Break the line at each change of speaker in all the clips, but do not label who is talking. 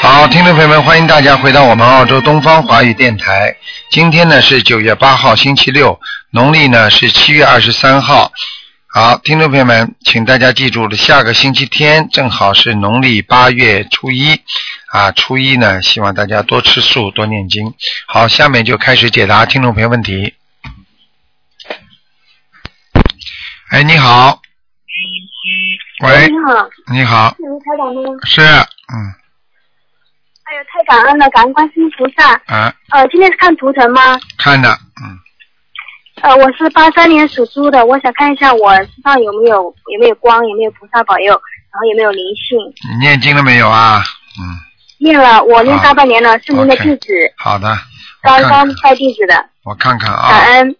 好，听众朋友们，欢迎大家回到我们澳洲东方华语电台。今天呢是九月八号，星期六，农历呢是七月二十三号。好，听众朋友们，请大家记住了，下个星期天正好是农历八月初一啊，初一呢，希望大家多吃素，多念经。好，下面就开始解答听众朋友问题。哎，你好。喂
哎你，好，
你好，
是卢台长吗？
是，嗯，
哎呦，太感恩了，感恩观世音菩萨。
啊，
呃，今天是看图腾吗？
看的，嗯，
呃，我是八三年属猪的，我想看一下我身上有没有有没有光，有没有菩萨保佑，然后有没有灵性。
你念经了没有啊？嗯，
念了，我念
啊
大半年了，是您的
OK
弟子，
好的，我
刚
看
刚
看，
拜弟子的，
我看看
感
啊，
恩。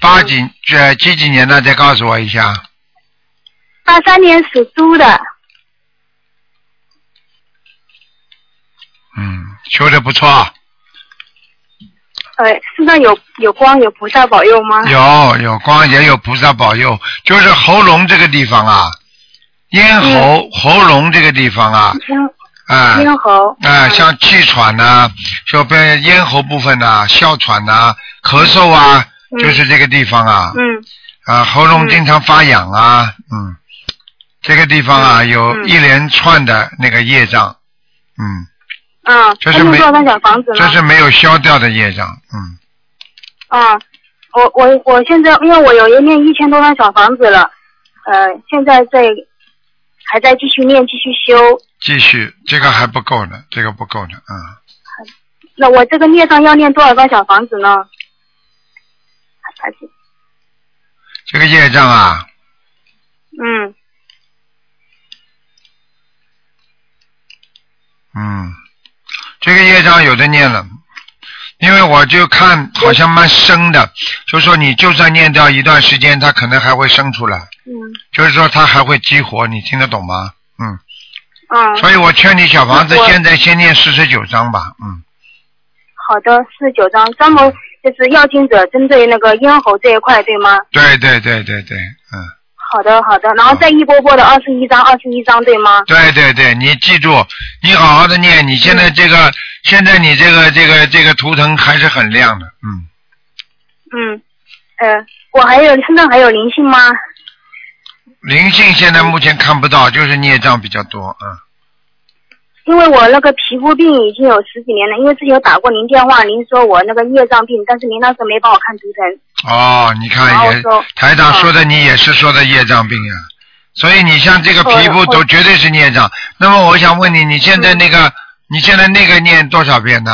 八几这几几年的，再告诉我一下。
八三年属猪的，
嗯，修的不
啊
错，
呃，身上有有光，有菩萨保佑吗？
有有光，也有菩萨保佑，就是喉咙这个地方啊，咽喉喉咙这个地方啊，
嗯咽
啊、
咽喉。
啊，像气喘呐、就被咽喉部分呐、哮喘呐、咳嗽啊，
嗯
就是这个地方啊，
嗯
啊，喉咙
嗯
经常发痒啊，嗯，这个地方啊有
嗯
一连串的那个业障，嗯，
嗯，
这
他
是
就
没
做张小房子吗？
这是没有消掉的业障，嗯，
啊，我我我现在因为我有一念一千多张小房子了，呃，现在在还在继续念继续修。
继续，这个还不够呢，这个不够呢，嗯，
那我这个孽障要念多少张小房子呢？还是
这个业障啊，
嗯
嗯，这个业障有的念了，因为我就看好像蛮生的，就说你就算念掉一段时间，它可能还会生出来，
嗯
就是说它还会激活，你听得懂吗？嗯，
嗯，
所以我劝你小房子
我
现在先念四十九章吧，嗯，
好的，四十九张，专门就是要经者针对那个咽喉这一块，对吗？
对对对对对，嗯，
好的好的，然后再一波波的二十一张二十一张，对吗？
对对对，你记住，你好好的念，你现
嗯
在这个、现在你这个这个这个图腾还是很亮的，嗯，
嗯，呃，我还有身上还有灵性吗？
灵性现在目前看不到，就是孽障比较多，嗯。
因为我那个皮肤病已经有十几年了，因为之前有打过您电话，您说我那个业障病，但是您那时候没帮我看图腾。
哦，你
然
看
后
也
就
台长
嗯
说的，你也是说的业障病呀、啊所以你像这个皮肤
嗯我
都绝对是孽障。那么我想问你，你现在
嗯
那个，你现在那个念多少遍呢？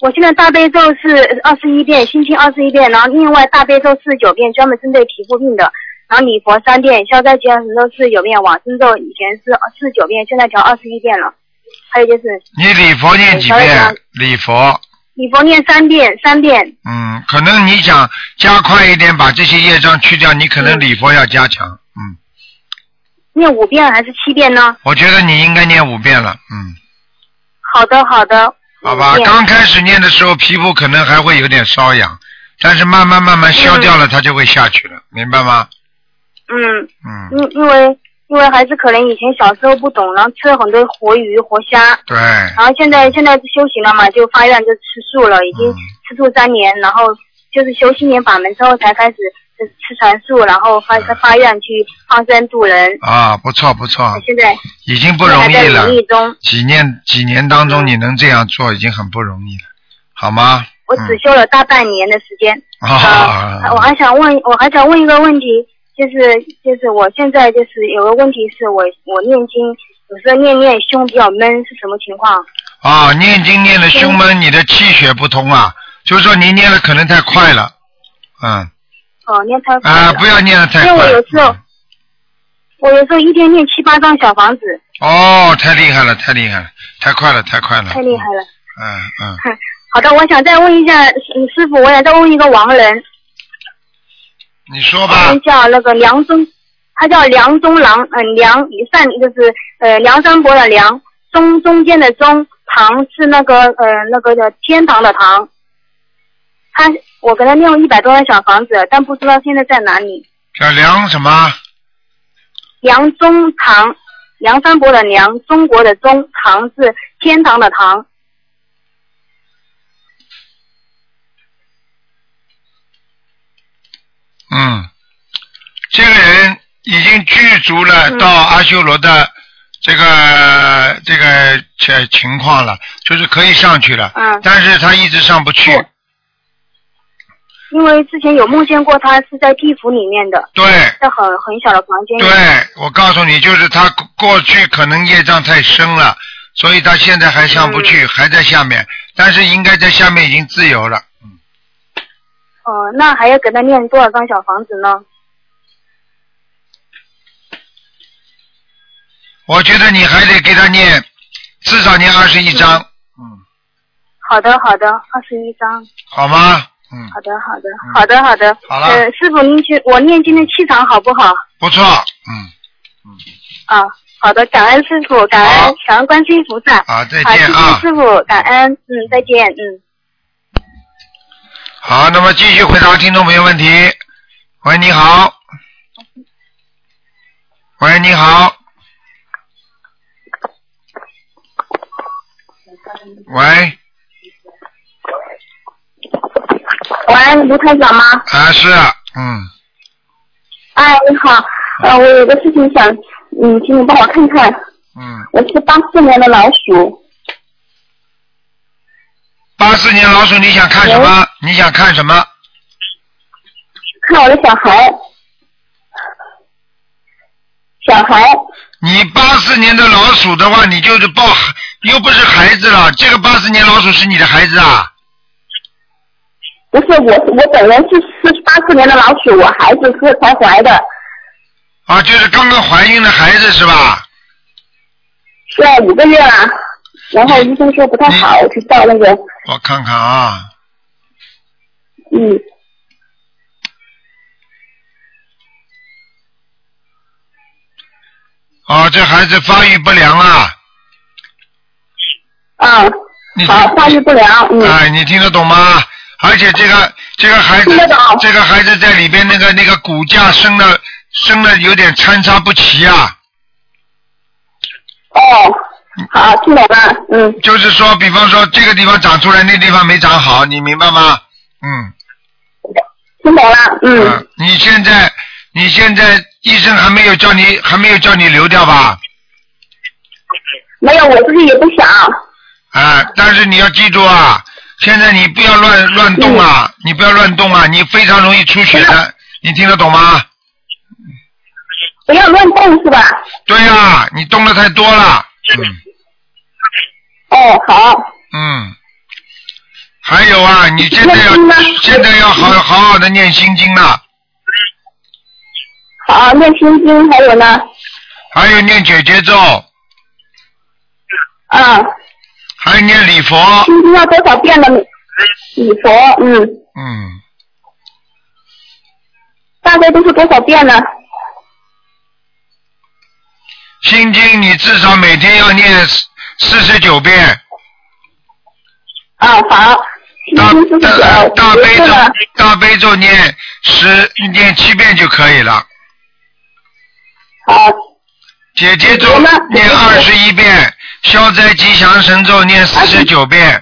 我现在大悲咒是二十一遍，心经二十一遍，然后另外大悲咒四十九遍，专门针对皮肤病的。然后礼佛三遍，消灾吉祥神咒四十九遍，往生咒以前是四十九遍，现在调二十一遍了。还有就是
你礼佛念
嗯
几
台
遍
长？
礼佛，
礼佛念三遍，三遍。
嗯，可能你想加快一点把这些业障去掉，你可能
嗯
礼佛要加强。嗯，
念五遍还是七遍呢？
我觉得你应该念五遍了。嗯，
好的，好的。
好吧
五。遍
刚开始念的时候，皮肤可能还会有点瘙痒，但是慢慢慢慢消掉了，它就会下去了，明白吗？
嗯，
嗯。
因因为因为还是可能以前小时候不懂，然后吃了很多活鱼活虾，
对，
然后现在现在修行了嘛，就发愿就吃素了，已经
嗯
吃素三年，然后就是修心灵法门之后才开始就是吃全素，然后发
嗯
发愿去放生度人，
啊，不错不错，
现在
已经不
现在
容
还在
易了
努。力中，
几年几年当中，
嗯
你能这样做已经很不容易了，好吗？嗯
我只修了大半年的时间。
啊
呃，我还想问，我还想问一个问题，就是就是我现在就是有个问题是我我念经有时候念念胸比较闷，是什么情况？
啊，念经念的胸闷，你的气血不通啊，就是说你念的可能太快了，嗯
哦，念太快
啊，
了
不要念的太
因为
快
我有时候
嗯。
我有时候一天念七八张小房子，
哦，太厉害了，太厉害了，太快了，太快了，
太厉害了。
嗯。嗯嗯，
好的，我想再问一下，嗯，师傅，我想再问一个亡人，
你说吧
他，叫那个梁中，他叫梁中郎，嗯，梁善就是呃梁山伯的梁，中中间的中，堂是那个呃那个叫天堂的堂。他我给他念了一百多张小房子，但不知道现在在哪里。
叫梁什么？
梁中堂，梁山伯的梁，中国的中，堂是天堂的堂。
嗯，这个人已经具足了
嗯
到阿修罗的这个这个这情况了，就是可以上去了，
嗯，
但是他一直上不去。
因为之前有梦见过他是在地府里面的，
对
在很很小的房间里。
对，我告诉你，就是他过过去可能业障太深了，所以他现在还上不
嗯
去，还在下面，但是应该在下面已经自由了。
哦、那还要给他念多少张小房子呢？
我觉得你还得给他念，至少念二十一
嗯
章，
好的，好的，二十一张。
好吗？嗯，
好的，好的，好的，好的。
好了
呃，师傅，您去我念经的气场好不好？
不错，嗯，
啊，好的，感恩师傅，感
好
恩感恩观世音菩萨。
好，再
好，谢
见啊
谢。师傅，感恩，嗯，再见，嗯。
好，那么继续回答听众朋友问题。喂，你好。喂，你好。喂，
喂，卢台长吗？
啊是，嗯，
哎，你好，呃，我有个事情想，嗯，请你帮我看看。
嗯，
我是八四年的老鼠，
八四年老鼠，你想看什么？你想看什么？
看我的小孩，小孩，
你八四年的老鼠的话，你就是抱，又不是孩子了。这个八四年老鼠是你的孩子啊？
不是我，我本人是是八四年的老鼠，我孩子是才怀的，
啊，就是刚刚怀孕的孩子是吧？
是五个月了。然后医生说不太好，我去照那个，
我看看啊，
嗯，
啊，这孩子发育不良啊。
啊，
你听
好，发育不良，嗯，
哎，你听得懂吗？而且这个这个孩子
听得懂，
这个孩子在里边那个那个骨架生的生的有点参差不齐啊。
哦，好，听懂了，嗯，
就是说，比方说这个地方长出来，那地方没长好，你明白吗？嗯。
听懂了，嗯，
啊你现在你现在医生还没有叫你还没有叫你流掉吧？
没有，我自己也不想，
啊，但是你要记住啊，现在你不要乱乱动啊，
嗯
你不要乱动啊，你非常容易出血的，你听得懂吗？
不要乱动是吧？
对呀、你动的太多了。嗯。
哦，好，
嗯，还有啊，你现在
念
要
经呢
现在要好好好的念心经啊了，
好，念心经，还有呢，
还有念姐姐咒，
啊，
还有念礼佛，
心经要多少遍了？礼佛，嗯，
嗯，
大概都是多少遍呢？
心经你至少每天要念四十九遍，
啊，好，嗯心
大
经四十
大
九，
大悲
结束
咒
了，
大悲咒念十念七遍就可以了，
好，
姐姐咒
我呢
念二十一遍，消灾吉祥神咒念四十九遍，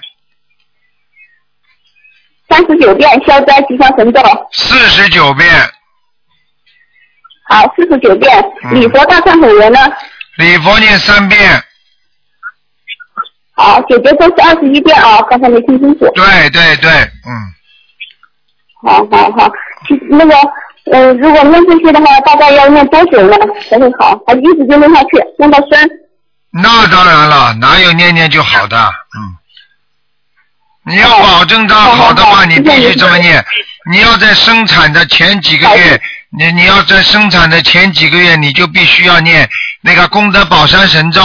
三十九遍消灾吉祥神咒，
四十九遍，
好，四十九遍
嗯
礼佛大忏悔文呢？
礼佛念三遍，
好，姐姐咒是二十一遍啊，刚才没听清楚。
对对对，嗯。
好好好，其实那个，呃，如果念这些的话，大概要念多久呢才会好？还是一直就念下去，念到生？
那当然了，哪有念念就好的？嗯，你要保证它好的话，
嗯
你必须这么念。你要在生产的前几个
好
月，你你要在生产的前几个月，你就必须要念那个功德宝山神咒。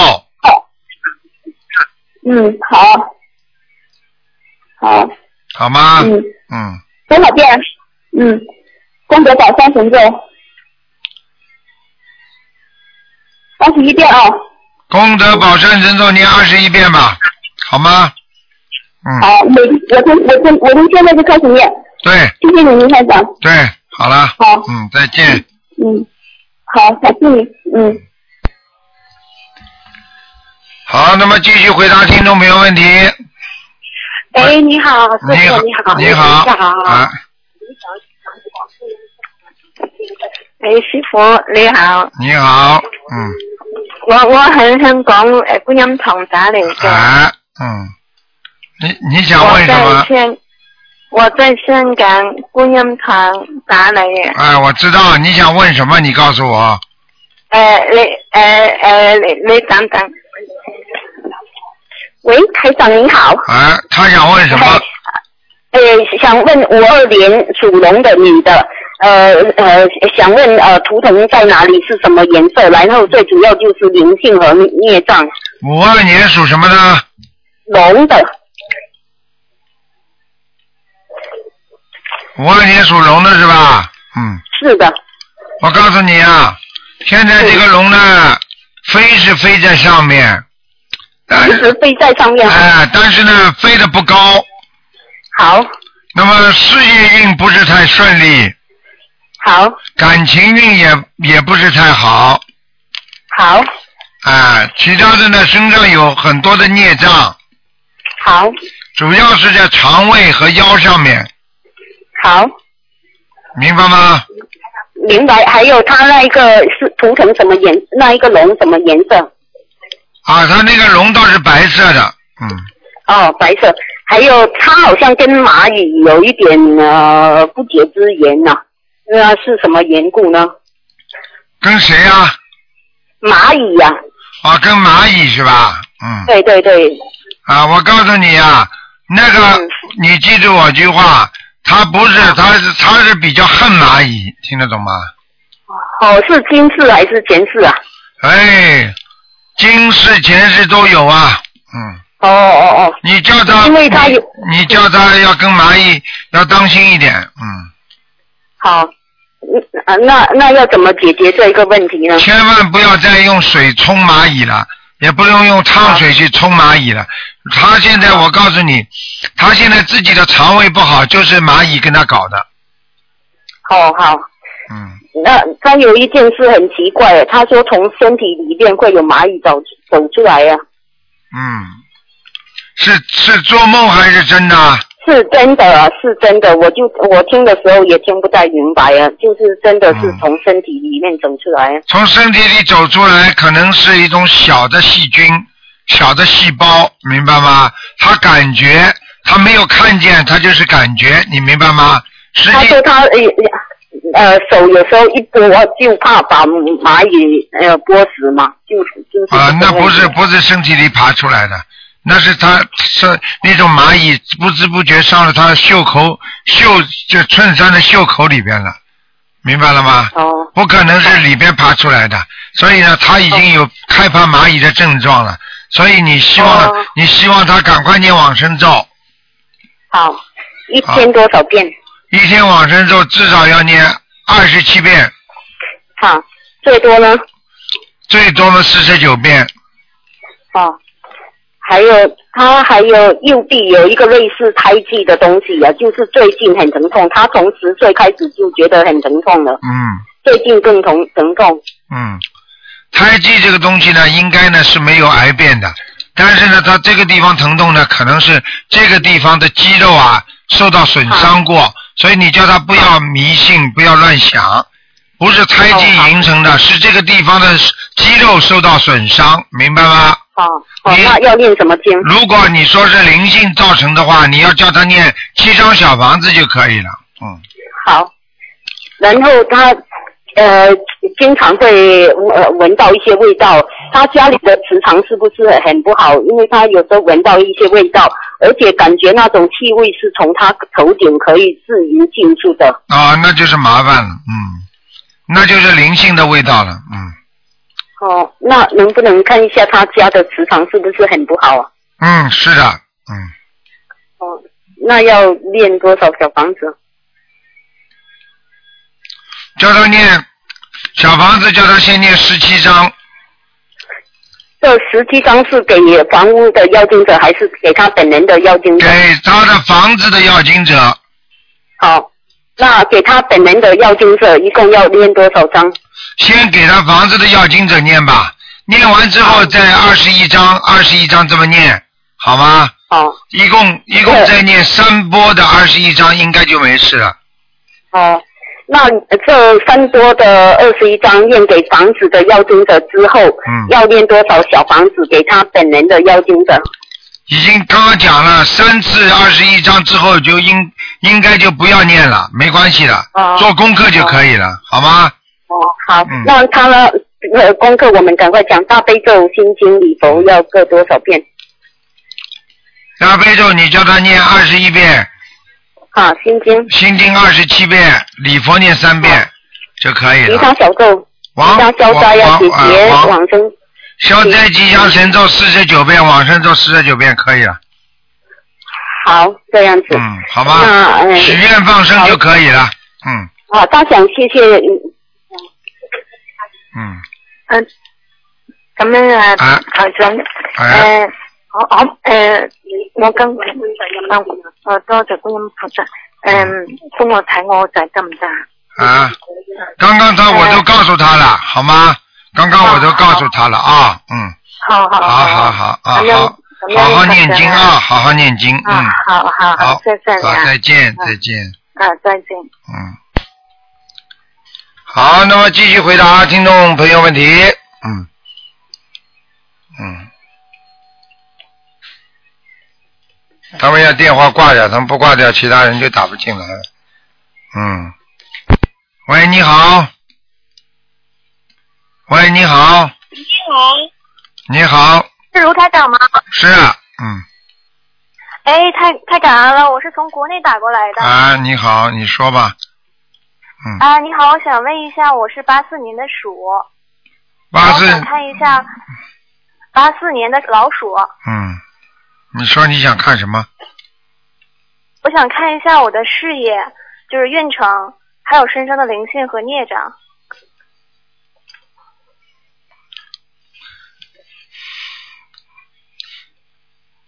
嗯，好，好，
好吗？
嗯，
嗯，
多少遍？嗯，功德宝山神咒，二十一遍啊、
功德宝山神咒念二十一遍吧，好吗？嗯，
好，每我从我从我从现在就开始念，
对
谢谢你，林台长。
对，好了，
好，
嗯，再见。
嗯，好，感谢你，嗯。
好，那么继续回答听众朋友问题。
哎，你好，师
你
傅，好，
你
好，
好，啊，
哎，师傅你好，
你好，嗯，
我我喺香港
呃
诶观音堂打嚟嘅，
啊，嗯，你你想
我
问什
在
么？
香我在香港观音堂打嚟嘅，
哎，我知道你想问什么，你告诉我。
诶、
呃
你诶诶、你你等等，
喂，台长您好，
哎，他想问什么？
呃，想问五二年属龙的女的，呃呃，想问呃图腾在哪里，是什么颜色？然后最主要就是灵性和孽障，
五二年属什么呢？
龙的
五二年属龙的是吧？嗯，
是的，
我告诉你啊，现在这个龙呢，飞是飞在上面，但
一
是
直飞在上面。
哎，但是呢，飞得不高，
好，
那么事业运不是太顺利，
好，
感情运也也不是太好，
好，
啊，其他的呢，身上有很多的孽障，
好，
主要是在肠胃和腰上面，
好，
明白吗？
明白。还有它那一个是图腾什么颜？那一个龙什么颜色？
啊，它那个龙倒是白色的，嗯，
哦，白色。还有它好像跟蚂蚁有一点呃不解之缘呐、那是什么缘故呢？
跟谁啊？
蚂蚁呀、
啊，跟蚂蚁是吧？嗯，
对对对，
啊，我告诉你啊，那个
嗯
你记住我句话，他不是，他是他是比较恨蚂蚁，听得懂吗？
哦，是今世还是前世啊？
哎，今世前世都有啊，嗯，
哦哦哦，
你叫他，
因为他有
你，你叫他要跟蚂蚁要当心一点，嗯，
好，嗯啊，那那要怎么解决这一个问题呢？
千万不要再用水冲蚂蚁了，也不用用烫水去冲蚂蚁了。他现在我告诉你，他现在自己的肠胃不好，就是蚂蚁跟他搞的，
哦好，
嗯，
那他有一件事很奇怪，他说从身体里面会有蚂蚁走走出来呀、啊
嗯，是是做梦还是真的啊？
是真的啊，是真的，我就我听的时候也听不太明白啊，就是真的
嗯
是从身体里面走出来啊。
从身体里走出来，可能是一种小的细菌、小的细胞，明白吗？他感觉，他没有看见，他就是感觉，你明白吗？实
他
际
说他呃呃手有时候一拨就怕把蚂蚁呃拨死嘛，就就是
啊、那不是
这个问题
不是身体里爬出来的，那是他是那种蚂蚁不知不觉上了他的袖口、袖就衬衫的袖口里边了，明白了吗？
哦
不可能是里边爬出来的，所以呢，他已经有害怕蚂蚁的症状了，所以你希望、
哦
你希望他赶快念往生咒，
好，一天多少遍？
一天往生咒至少要念二十七遍，
好，最多呢？
最多了四十九遍。
哦，还有他还有右臂有一个类似胎记的东西啊，就是最近很疼痛，他从十岁开始就觉得很疼痛了，
嗯
最近更疼疼痛。
嗯，胎记这个东西呢，应该呢是没有癌变的，但是呢，他这个地方疼痛呢，可能是这个地方的肌肉啊受到损伤过，所以你叫他不要迷信，不要乱想，不是胎记形成的，是这个地方的肌肉受到损伤，明白吗？
哦哦
你，
那要念什么经？
如果你说是灵性造成的话，你要叫他念七张小房子就可以了。嗯，
好，然后他呃经常会呃闻到一些味道，他家里的磁场是不是很不好？因为他有时候闻到一些味道，而且感觉那种气味是从他头顶可以自由进出的。
啊，那就是麻烦了，嗯，那就是灵性的味道了，嗯。
哦，那能不能看一下他家的磁场是不是很不好啊？
嗯，是的，嗯，
哦，那要练多少小房子？
叫他念小房子，叫他先念十七章，
这十七张是给房屋的要经者，还是给他本人的要经者？
给他的房子的要经者，
好，那给他本人的要经者一共要念多少张？
先给他房子的要经者念吧。念完之后再二十一章，二十一章这么念，好吗？
哦
一共一共再念三波的二十一章，应该就没事了。
哦，那这三多的二十一张念给房子的妖精者之后，
嗯
要念多少小房子给他本人的妖精者？
已经刚刚讲了三次二十一章之后，就应应该就不要念了，没关系的，
哦
做功课就可以了，好吗？
哦，好，
嗯
那他呢？呃，功课我们赶快讲大悲咒、心经、礼佛要各多少遍？
大悲咒你叫他念二十一遍，
啊，心经、
心经二十七遍，礼佛念三遍就可以
其
了
他。小咒、
王
其他消灾要
王呃
解决
王王
往生。
消灾吉祥神咒四十九遍，往生咒四十九遍可以了。
好，这样子。
嗯，好吧，
那嗯，
许愿放生就可以了。嗯
啊
好，他想谢谢嗯
嗯，
咁樣啊，
啊
台長，
哎，
誒，我我誒，呃嗯我跟我多謝觀音菩薩，
嗯
誒，幫我睇我個仔得唔得啊？
啊，刚刚他我都告诉他了，好吗？刚刚我都告诉他了啊，嗯，
好好
好好好啊，
咁樣
好，
咁樣
好好念经
咁樣
啊，好好念经，
啊，
嗯，
好好
好
好，謝謝你
好，
啊
再见，再见，
啊，再見。
嗯，好，那么继续回答听众朋友问题，嗯，嗯，他们要电话挂掉，他们不挂掉，其他人就打不进来了，嗯，喂，你好，喂，你好，你好，
是卢台长吗？
是啊，嗯，
哎，太太感恩了，我是从国内打过来的。
啊，你好，你说吧，嗯，
啊，你好，我想问一下，我是八四年的鼠，
八
我
字，
想看一下八四年的老鼠，
嗯，你说你想看什么？
我想看一下我的事业，就是运程，还有身上的灵性和孽障。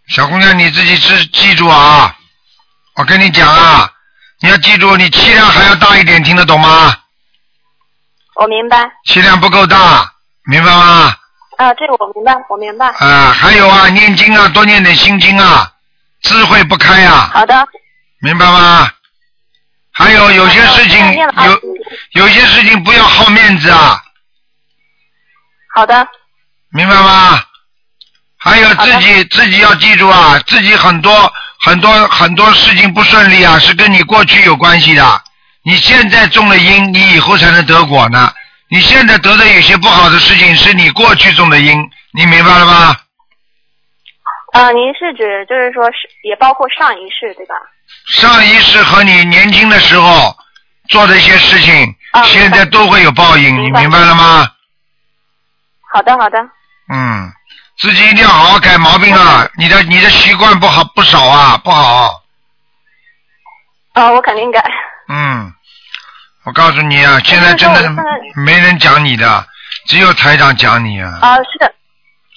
小姑娘，你自己记记住啊！我跟你讲啊，你要记住，你气量还要大一点，听得懂吗？
我明白，
气量不够大，明白吗？
啊，这个我明白，我明白。
啊、还有啊，念经啊，多念点心经啊，智慧不开啊，
好的，
明白吗？还有有些
好的
事
我
嗯
情
念了啊
有有些事情不要好面子啊，
好的，
明白吗？还有自己自己要记住啊，自己很多很多很多事情不顺利啊，是跟你过去有关系的。你现在种了因，你以后才能得果呢。你现在得的有些不好的事情，是你过去种的因，你明白了吗？
啊，您是指就是说是也包括上一世对吧？
上一世和你年轻的时候做的一些事情，
啊明白
现在都会有报应，你
明白
明白了吗？
好的，好的，
嗯，自己一定要好好改毛病啊！
嗯
你的你的习惯不好不少啊，不好。
啊，我肯定改。
嗯，我告诉你
嗯
啊，现在真
我现
的
在
没人讲你的，只有台长讲你啊。
啊，是，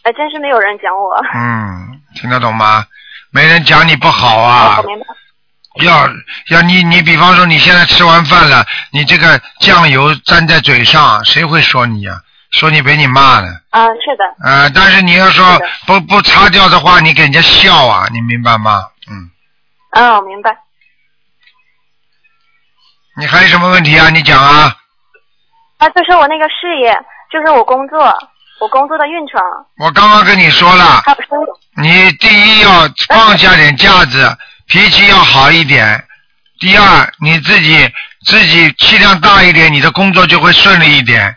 哎，真是没有人讲我。
嗯，听得懂吗？没人讲你不好啊
哦我，明白。
要要你你比方说你现在吃完饭了，你这个酱油粘在嘴上，谁会说你呀、说你被你骂了
啊，是的，
啊、但是你要
是
说
的
不不擦掉的话，你给人家笑啊，你明白吗？嗯，
啊，我明白。
你还有什么问题啊？你讲啊，
啊，就是我那个事业，就是我工作，我工作的运程，
我刚刚跟你说了，
还有生
你第一要放下点架子，脾气要好一点。第二，你自己自己气量大一点，你的工作就会顺利一点。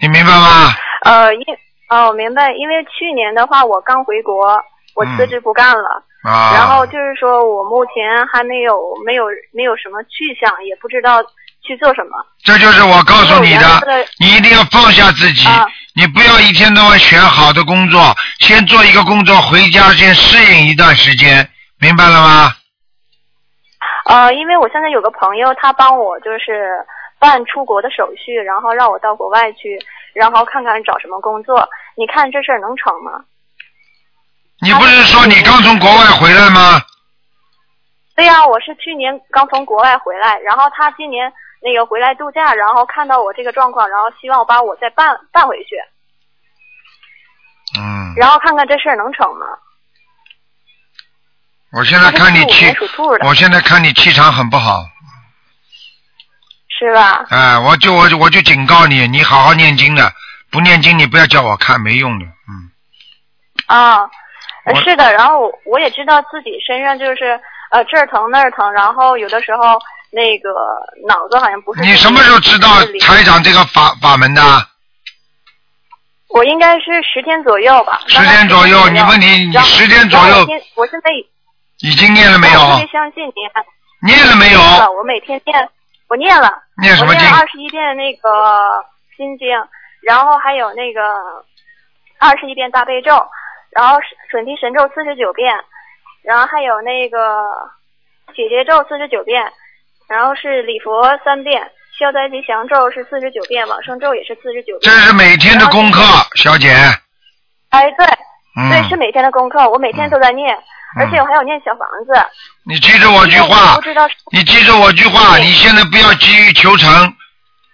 你明白吗？
呃，因啊，我明白，因为去年的话，我刚回国，我辞职不干了，
嗯啊。
然后就是说我目前还没有没有没有什么去向，也不知道去做什么。
这就是我告诉你
因为哦我原来
的
的，
你一定要放下自己，
啊
你不要一天到晚选好的工作，先做一个工作，回家先适应一段时间，明白了吗？
呃，因为我现在有个朋友，他帮我就是办出国的手续，然后让我到国外去，然后看看找什么工作。你看这事儿能成吗？
你不是说你刚从国外回来吗？
对呀、我是去年刚从国外回来，然后他今年那个回来度假，然后看到我这个状况，然后希望我把我再办办回去。
嗯，
然后看看这事儿能成吗？
我现在看你
啊他是45
气
年属兔的，
我现在看你气场很不好，
是吧？
哎，我就我就我就警告你，你好好念经的，不念经你不要叫我看，没用的，嗯，
啊，呃
我
是的，然后我我也知道自己身上就是呃这儿疼那儿疼，然后有的时候那个脑子好像不是。
你什么时候知道台长这个法法门的？
我应该是十天左右吧。
十天左右，你问
题
题你十天左右
我现在已
已经念了没
我特别
有？
相信您。
念了没有？
念了我每天念，我念了。
念什么
我
经
念？了二十一遍那个心经，然后还有那个二十一遍大悲咒，然后准提神咒四十九遍，然后还有那个姐姐咒四十九遍，然后是礼佛三遍，消灾吉祥咒是四十九遍，往生咒也是四十九
这
遍。
是每天的功课，小姐。
哎，对，对，是
嗯，
每天的功课，我每天都在念，而且我还有念小房子。
你记住我句
我
话
不，知道是
你记住我句话，
对
你现在不要急于求成。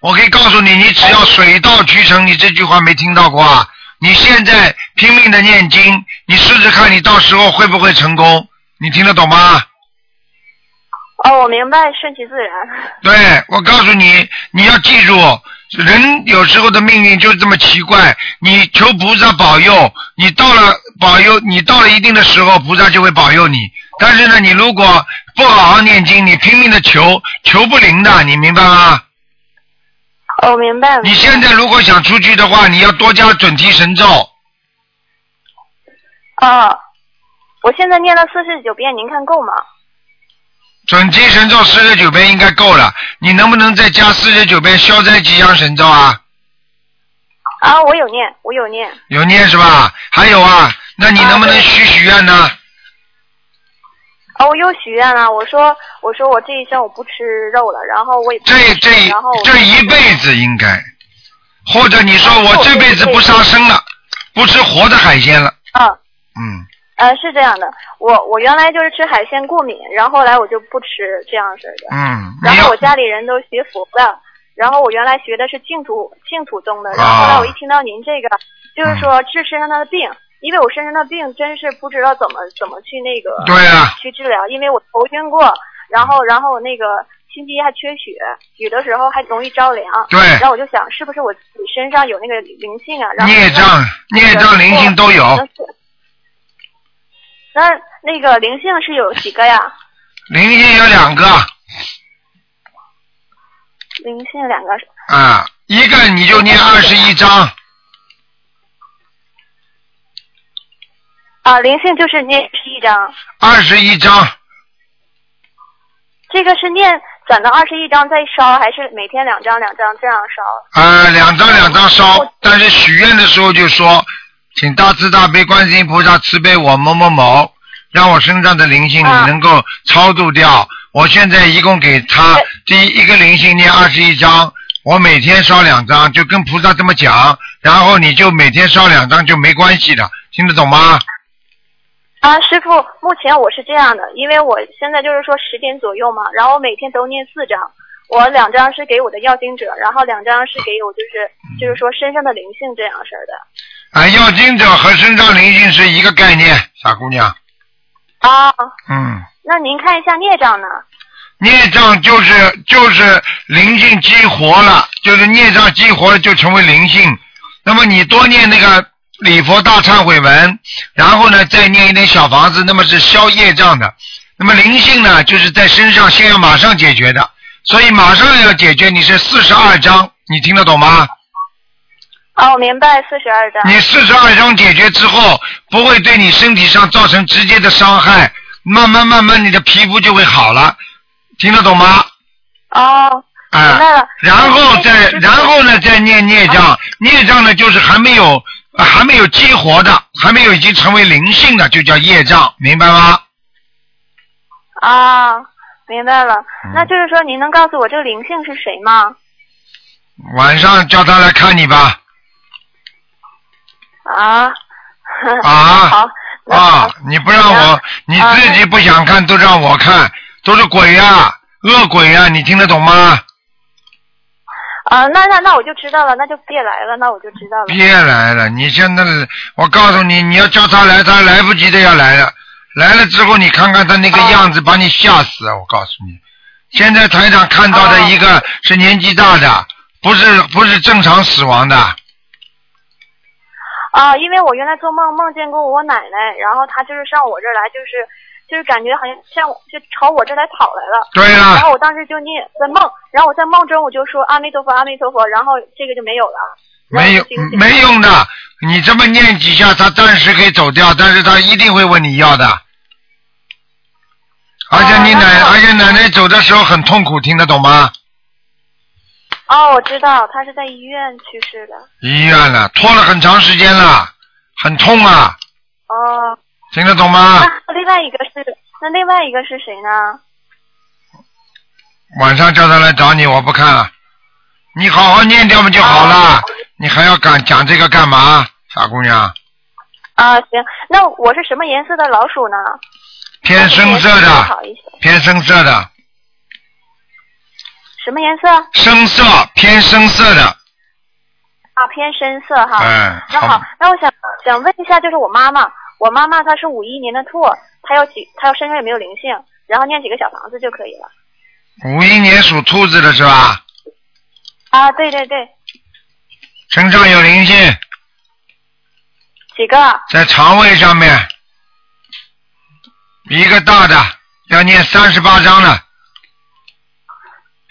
我可以告诉你，你只要水到渠成，你这句话没听到过啊？你现在拼命的念经，你试试看，你到时候会不会成功？你听得懂吗？
哦，我明白，顺其自然。
对，我告诉你，你要记住，人有时候的命运就是这么奇怪。你求菩萨保佑，你到了保佑，你到了一定的时候，菩萨就会保佑你。但是呢，你如果不好好念经，你拼命的求，求不灵的，你明白吗？
哦，明白了。
你现在如果想出去的话，你要多加准提神咒。
啊，我现在念到四十九遍，您看够吗？
准提神咒四十九遍应该够了，你能不能再加四十九遍消灾吉祥神咒啊？
啊，我有念，我有念。
有念是吧？还有啊，那你能不能
啊对
许许愿呢？
啊，我又许愿了，我说我说我这一生我不吃肉了，然后我也不
这
吃
这一
然后我啊
这一辈子应该，或者你说我这辈子不杀生了，不吃活的海鲜了，
嗯
嗯，
呃是这样的，我我原来就是吃海鲜过敏，然后后来我就不吃这样式的，
嗯，
然
你
后
要
我家里人都学佛的，然后我原来学的是净土净土宗的，
啊嗯
然后后来我一听到您这个，就是说治身上的病，因为我身上的病真是不知道怎么怎么去那个
对啊，
去治疗，因为我头晕过，然后然后那个心肌还缺血，有的时候还容易着凉。
对
然，后我就想，是不是我自己身上有那个灵性啊？然后
孽障孽障灵性都有，。
那那个灵性是有几个呀？
灵性有两个
灵性两个，
啊，一个你就念二十一章，
啊，灵性就是念是一张，
二十一章，
这个是念攒到二十一张再烧，还是每天两张两张这样烧？
呃，两张两张烧，但是许愿的时候就说，请大慈大悲观世音菩萨慈悲我某某某，让我身上的灵性
啊
你能够超度掉。我现在一共给他第一个灵性念二十一张，我每天烧两张，就跟菩萨这么讲，然后你就每天烧两张就没关系的，听得懂吗？
啊，师傅，目前我是这样的，因为我现在就是说十点左右嘛，然后我每天都念四张，我两张是给我的要经者，然后两张是给我就是就是说身上的灵性这样式儿的。
啊，要经者和身上灵性是一个概念，傻姑娘，
啊，
嗯。
那您看一下孽障呢？
孽障就是就是灵性激活了，就是孽障激活了就成为灵性。那么你多念那个礼佛大忏悔文，然后呢再念一点小房子，那么是消业障的。那么灵性呢，就是在身上先要马上解决的，所以马上要解决你是四十二章，你听得懂吗？
哦，我明白，四十二张。
你四十二章解决之后，不会对你身体上造成直接的伤害，慢慢慢慢你的皮肤就会好了，听得懂吗？
哦，
啊、
明白了。
然后再
那啊您
然后呢，再念孽障，孽障呢就是还没有、呃还没有激活的，还没有已经成为灵性的，就叫业障，明白吗？
啊，明白了
嗯。
那就是说，您能告诉我这个灵性是谁吗？
晚上叫他来看你吧。
啊。
啊
好。那
啊
好，
你不让
啊
我，你自己不想看，都啊让我看，都是鬼呀、恶鬼呀、你听得懂吗？
啊，那那那我就知道了，那就别来了，那我就知道了。
别来了，你现在我告诉你，你要叫他来，他来不及的要来了。来了之后，你看看他那个样子，把你吓死啊！我告诉你，现在台长看到的一个是年纪大的，不是不是正常死亡的。
啊，因为我原来做梦梦见过我奶奶，然后她就是上我这儿来，就是就是感觉好像像我就朝我这儿来跑来了。
对了
然后我当时就念在梦，然后我在梦中我就说阿弥陀佛阿弥陀佛，然后这个就没有了。
没有没用的，你这么念几下，他暂时可以走掉，但是他一定会问你要的。而且你奶，而且奶奶走的时候很痛苦，听得懂吗？
哦，我知道，她是在医院去世的。
医院了，拖了很长时间了，很痛啊，
哦，
听得懂吗？
那另外一个是那另外一个是谁呢？
晚上叫他来找你，我不看了，你好好念掉嘛就好了，你还要讲讲这个干嘛，傻姑娘？
啊，行，那我是什么颜色的老鼠呢？
偏深
什
色
么颜色
的，
好一些。
偏深色的，
什么颜色？
深色偏深色的，
啊，偏深色哈。
嗯，
那好，那我想想问一下，就是我妈妈，我妈妈她是五一年的兔，她要几，她要身上有没有灵性，然后念几个小房子就可以了。
五一年属兔子的是吧？
啊，对对对，
身上有灵性，
几个？
在肠胃上面，一个大的要念三十八章了，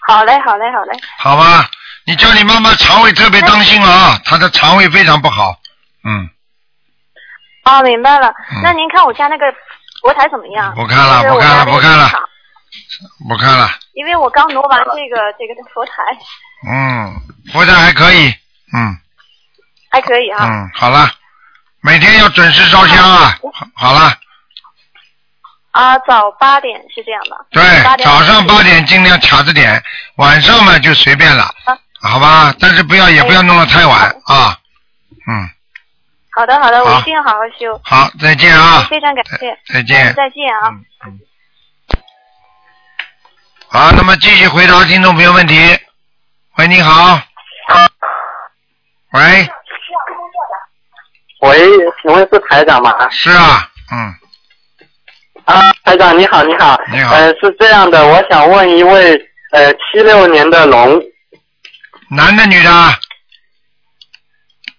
好嘞，好嘞，好嘞。
好吧？你叫你妈妈肠胃特别当心了啊，她的肠胃非常不好，嗯，
哦，明白了。
嗯
那您看我家那个佛台怎么样？
不看了
就是我
不看了
家那个
不看了
场
不看了，
因为我刚挪完这个这个佛台，
嗯，佛台还可以，嗯
还可以啊哈。
嗯，好了，每天要准时烧香啊，好好了，
啊，早八点是这样的。八
对，
点到
早上
10
八点尽量卡着点，晚上嘛就随便了，好吧？但是不要也不要弄得太晚啊，嗯，
好的，好的，我
好
一定好好修。
好，再见啊，
非常感谢，
再见。嗯
再见啊。
好，那么继续回答听众朋友问题。喂，你好。喂，
喂，请问是台长吗？
是啊，嗯，
啊，台长你好，你好，
你好
呃，是这样的，我想问一位呃七六年的龙，
男的女啊的？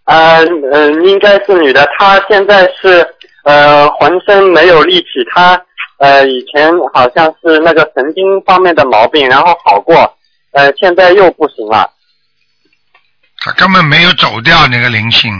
呃呃，应该是女的，她现在是呃浑身没有力气，她呃以前好像是那个神经方面的毛病，然后好过，呃现在又不行了。
他根本没有走掉那个灵性，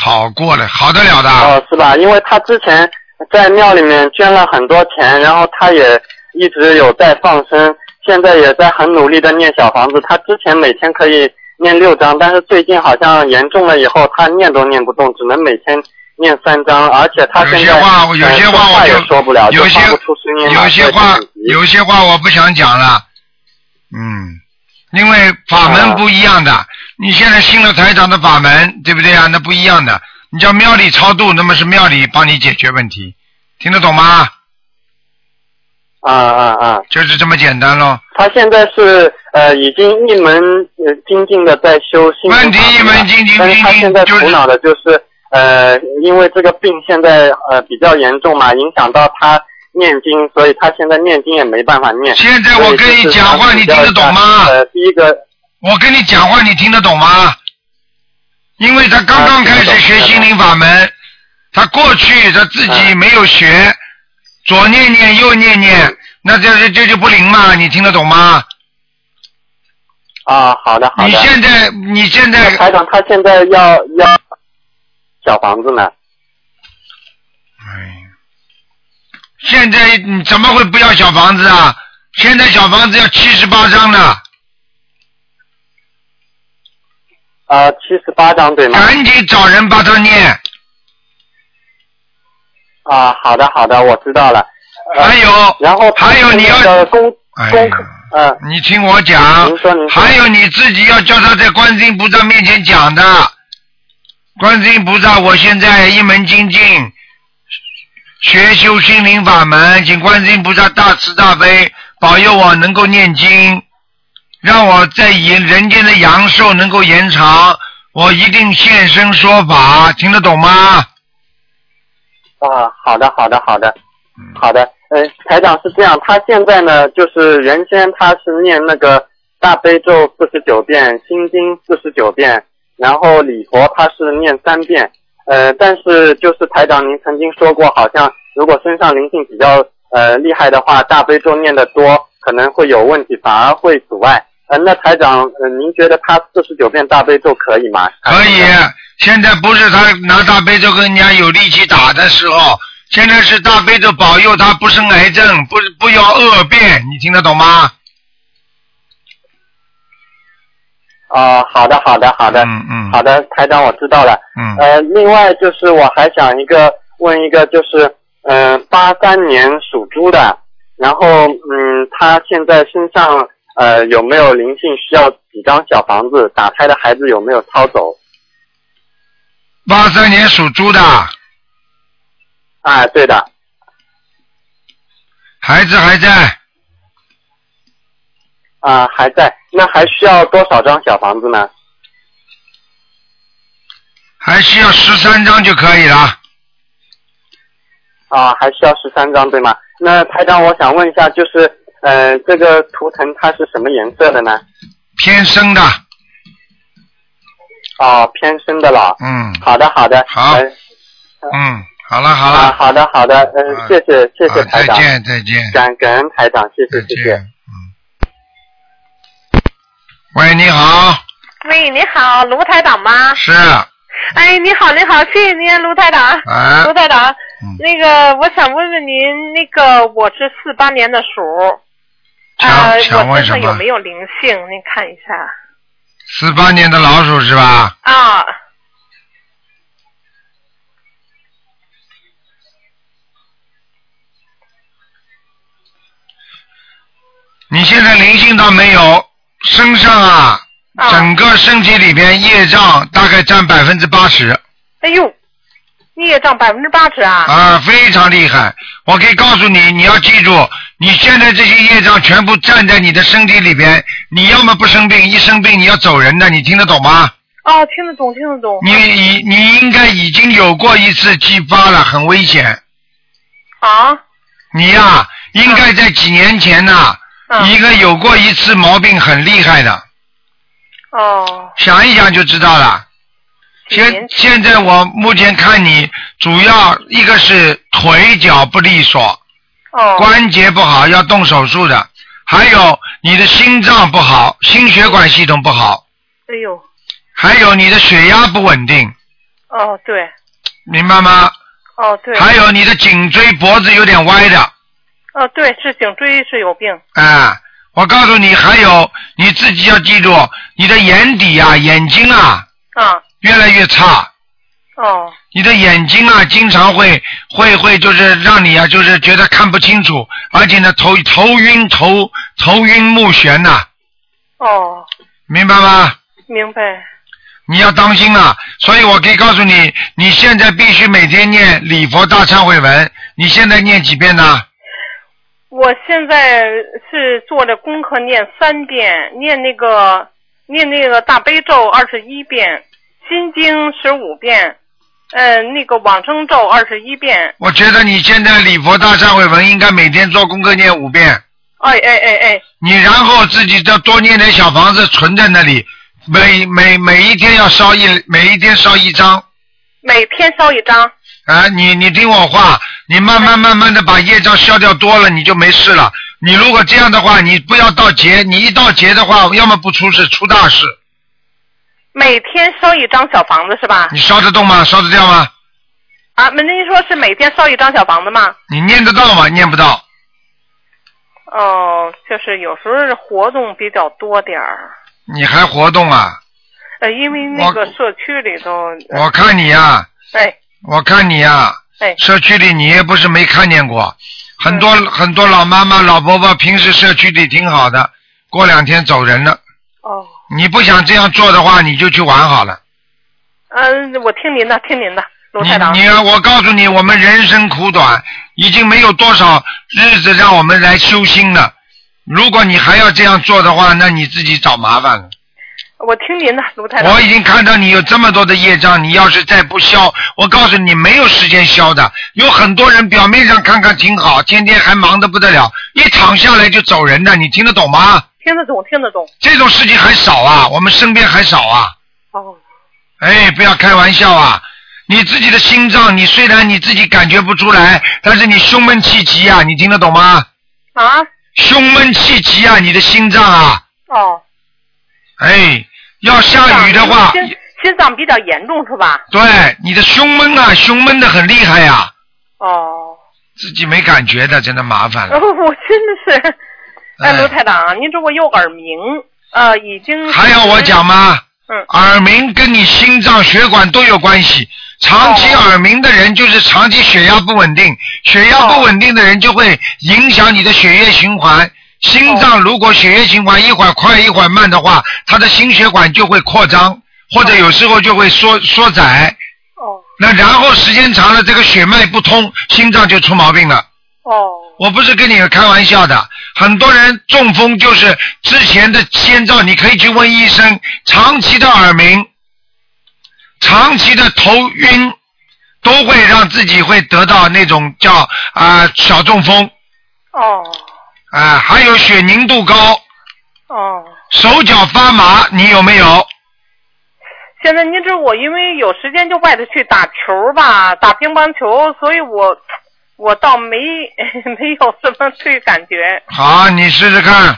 好过了，好得了的。
哦，是吧？因为他之前在庙里面捐了很多钱，然后他也一直有在放生，现在也在很努力的念小房子。他之前每天可以念六章，但是最近好像严重了以后，他念都念不动，只能每天念三章，而且他
有
现
些
在
话我
呃
有些
说
话我
话也
就
说不了，
有些
就发不出声音了
有些话
就很急
有些话我不想讲了，嗯，因为法
啊
门不一样的，你现在信了台长的法门，对不对啊？那不一样的，你叫庙里超度，那么是庙里帮你解决问题，听得懂吗？
啊啊啊！
就是这么简单咯。
他现在是呃已经一门呃精进的在修心灵法门了。
问题一门精进
但是他
精进
现在
就是
苦恼的就是呃，因为这个病现在呃比较严重嘛，影响到他念经，所以他现在念经也没办法念。
现在我跟你讲话，
所
你
以
听
就是
得懂吗？
呃，第一个
我跟你讲话，你听得懂吗？因为他刚刚开始学心灵法
啊
门，他过去他自己没有学，左念念右念
嗯
念，那这这这就不灵嘛？你听得懂吗？
啊，好的好
你
的。
现在哎你现在
台长他现在要要小房子呢？
哎，现在你怎么会不要小房子啊？现在小房子要七十八张呢，
啊，七十八张对吗？
赶紧找人帮他念。
啊，好的好的，我知道了。呃
还有，
然后
还有哎你要
那个功
哎
功
呀，
嗯。
你听我讲
您说您，说
还有你自己要叫他在观世音菩萨面前讲的。观世音菩萨，我现在一门精进，学修心灵法门，请观世音菩萨大慈大悲保佑我能够念经，让我在人人间的阳寿能够延长，我一定现身说法，听得懂吗？
啊，好的，好的，好的，好的。呃，台长是这样，他现在呢，就是原先他是念那个大悲咒四十九遍，心经四十九遍，然后礼佛他是念三遍。呃，但是就是台长您曾经说过，好像如果身上灵性比较呃厉害的话，大悲咒念得多可能会有问题，反而会阻碍。呃，那台长，呃、您觉得他四十九遍大悲咒可以吗？
可以，现在不是他拿大悲咒跟人家有力气打的时候，现在是大悲咒保佑他不生癌症，不不要恶变，你听得懂吗？
啊、好的，好的，好的，嗯嗯，好的，台长，我知道了。
嗯
呃，另外就是我还想一个问一个，就是嗯八三年属猪的，然后嗯他现在身上呃有没有灵性？需要几张小房子？打胎的孩子有没有抄走？
八三年属猪的
啊，对的，
孩子还在，
啊还在。那还需要多少张小房子呢？
还需要十三张就可以了。
啊，还需要十三张对吗？那台长，我想问一下，就是呃这个图腾它是什么颜色的呢？
偏生的，
哦，偏深的了。
嗯
好的，好的。好。
嗯，好了好
啊
了，
好的，好的，嗯、谢谢，谢谢
啊
台长，
再见再见
感感恩台长，谢谢，谢谢。
喂，你好，
喂，你好，卢台长吗？
是
哎，你好，你好，谢谢您，卢台长。
啊
卢台长，
嗯
那个我想问问您，那个我是四八年的鼠，呃，
想
我
问
身上
什么
有没有灵性？您看一下。
十八年的老鼠是吧？
啊，
你现在灵性倒没有，身上啊，整个身体里边业障大概占百分之八十
哎呦，业障百分之八十啊！
啊，非常厉害。我可以告诉你，你要记住，你现在这些业障全部站在你的身体里边，你要么不生病，一生病你要走人的，你听得懂吗？
哦，听得懂，听得懂。
你你你应该已经有过一次激发了，很危险。
啊？
你呀、
嗯
应该在几年前呐、一个有过一次毛病很厉害的，
哦，
想一想就知道了。现现在我目前看你，主要一个是腿脚不利索，
哦，
关节不好要动手术的，还有你的心脏不好，心血管系统不好，
哎呦，
还有你的血压不稳定，
哦，对，
明白吗？
哦，对。
还有你的颈椎脖子有点歪的，
哦，对，是颈椎是有病。
啊，我告诉你，还有你自己要记住，你的眼底啊，眼睛啊，
啊，
越来越差。
哦，
你的眼睛啊，经常会会会就是让你啊，就是觉得看不清楚，而且呢，头头晕头头晕目眩呐、
哦，
明白吗？
明白。
你要当心啊！所以我可以告诉你，你现在必须每天念礼佛大忏悔文。你现在念几遍呢？
我现在是做着功课，念三遍，念那个念那个大悲咒二十一遍，心经十五遍，呃，那个往生咒二十一遍。
我觉得你现在礼佛大忏悔文应该每天做功课念五遍。
哎哎哎哎，
你然后自己再多念点小房子存在那里，每每每一天要烧一每一天烧一张
每天烧一张。
啊！你你听我话，你慢慢慢慢的把业障消掉多了，你就没事了。你如果这样的话，你不要到劫，你一到劫的话，要么不出事，出大事。
每天烧一张小房子是吧？
你烧得动吗？烧得掉吗？
啊，那您说是每天烧一张小房子吗？
你念得到吗？念不到。
哦，就是有时候活动比较多点儿，
你还活动啊？
呃，因为那个社区里头，
我看你呀、啊
哎
我看你呀、啊
哎，
社区里你也不是没看见过，很多、很多老妈妈、老伯伯，平时社区里挺好的，过两天走人了。
哦，
你不想这样做的话，你就去玩好了。
嗯、我听您的，听您的，卢
你
台长。
你，啊我告诉你，我们人生苦短，已经没有多少日子让我们来修心了。如果你还要这样做的话，那你自己找麻烦了。
我听您的，卢台长。
我已经看到你有这么多的业障，你要是再不消，我告诉你没有时间消的。有很多人表面上看看挺好，天天还忙得不得了，一躺下来就走人的，你听得懂吗？
听得懂，听得懂。
这种事情还少啊，我们身边还少啊。
哦，
哎，不要开玩笑啊！你自己的心脏，你虽然你自己感觉不出来，但是你胸闷气急啊，你听得懂吗？
啊，
胸闷气急啊，你的心脏啊，
哦。
哎，要下雨的话，
心心脏比较严重是吧？
对，你的胸闷啊，胸闷的很厉害呀、
哦，
自己没感觉的，真的麻烦了。
哦，我真的是，哎，
哎
卢台长，您说我右耳鸣，呃，已经
还要我讲？吗？
嗯，
耳鸣跟你心脏血管都有关系。长期
哦
耳鸣的人就是长期血压不稳定，血压不稳定的人就会影响你的血液循环。心脏如果血液循环一会儿快一会儿慢的话，它的心血管就会扩张，或者有时候就会缩缩窄。
哦
那然后时间长了，这个血脉不通，心脏就出毛病了。
哦
我不是跟你们开玩笑的，很多人中风就是之前的先兆，你可以去问医生，长期的耳鸣、长期的头晕，都会让自己会得到那种叫啊、小中风
哦
啊、还有血凝度高，
哦。
手脚发麻，你有没有？
现在您知道我因为有时间就外头去打球吧，打乒乓球，所以我我倒没 没有什么对感觉。
好，你试试看。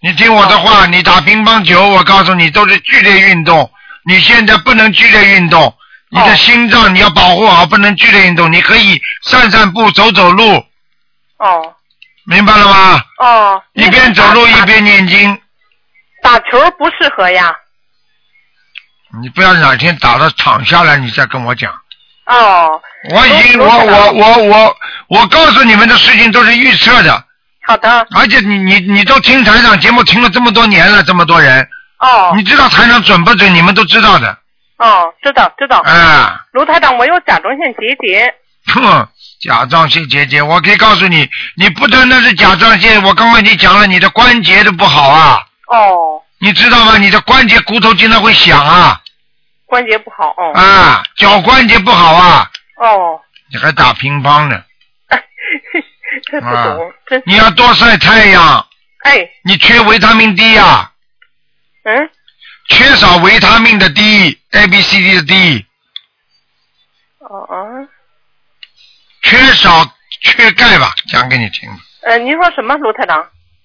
你听我的话，你打乒乓球，我告诉你都是剧烈运动。你现在不能剧烈运动，你的
哦
心脏你要保护好，不能剧烈运动。你可以散散步、走走路，
哦
明白了吗？
哦，
一边走路一
打
边念经，
打球不适合呀。
你不要哪天打到躺下来，你再跟我讲。
哦，
我已经，
我我
我
知道
我我我我告诉你们的事情都是预测的，
好的。
而且你你你都听台长节目听了这么多年了，这么多人，
哦
你知道台长准不准？你们都知道的，
哦，知道知道。
啊。
卢台长，我有甲状腺结节。
哼，甲状腺结节，我可以告诉你，你不单单是甲状腺，我刚刚已经讲了，你的关节都不好啊，
哦，
你知道吗？你的关节骨头经常会响啊，
关节不好。哦
啊，脚关节不好啊，
哦，
你还打乒乓呢，
这不
啊
懂，真
你要多晒太阳，
哎
你缺维他命 D 啊，
嗯
缺少维他命的 D，A B C D 的 D，
哦哦
缺少缺钙吧，讲给你听，
呃，您说什么，卢台长？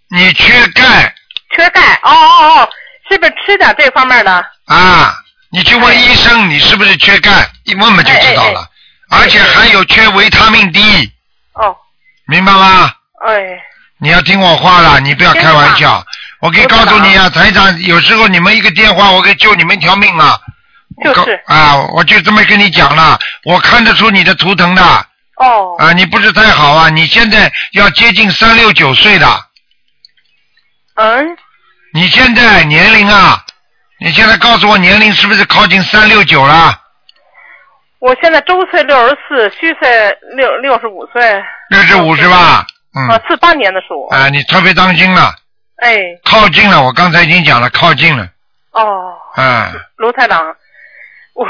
你缺钙
缺钙。哦哦哦，是不是吃点这方面的？
啊，你去问医生你是不是缺钙，一问嘛就知道了，而且还有缺维他命 D，
哦，
明白吗？
哎，
你要听我话了，你不要开玩
听
笑。我可以告诉你啊，台长，有时候你们一个电话，我可以救你们一条命啊。我告
就是
啊，我就这么跟你讲了，我看得出你的图腾的
哦，
啊，你不是太好啊，你现在要接近三六九岁了，
嗯，
你现在年龄啊，你现在告诉我年龄是不是靠近三六九了？
我现在周岁六十四，虚岁六六十五岁，
六十五是吧？
啊
嗯，，
四八年的鼠，
啊，你特别当心了，
哎，
靠近了，我刚才已经讲了，靠近了，
哦，
啊，
卢台长，我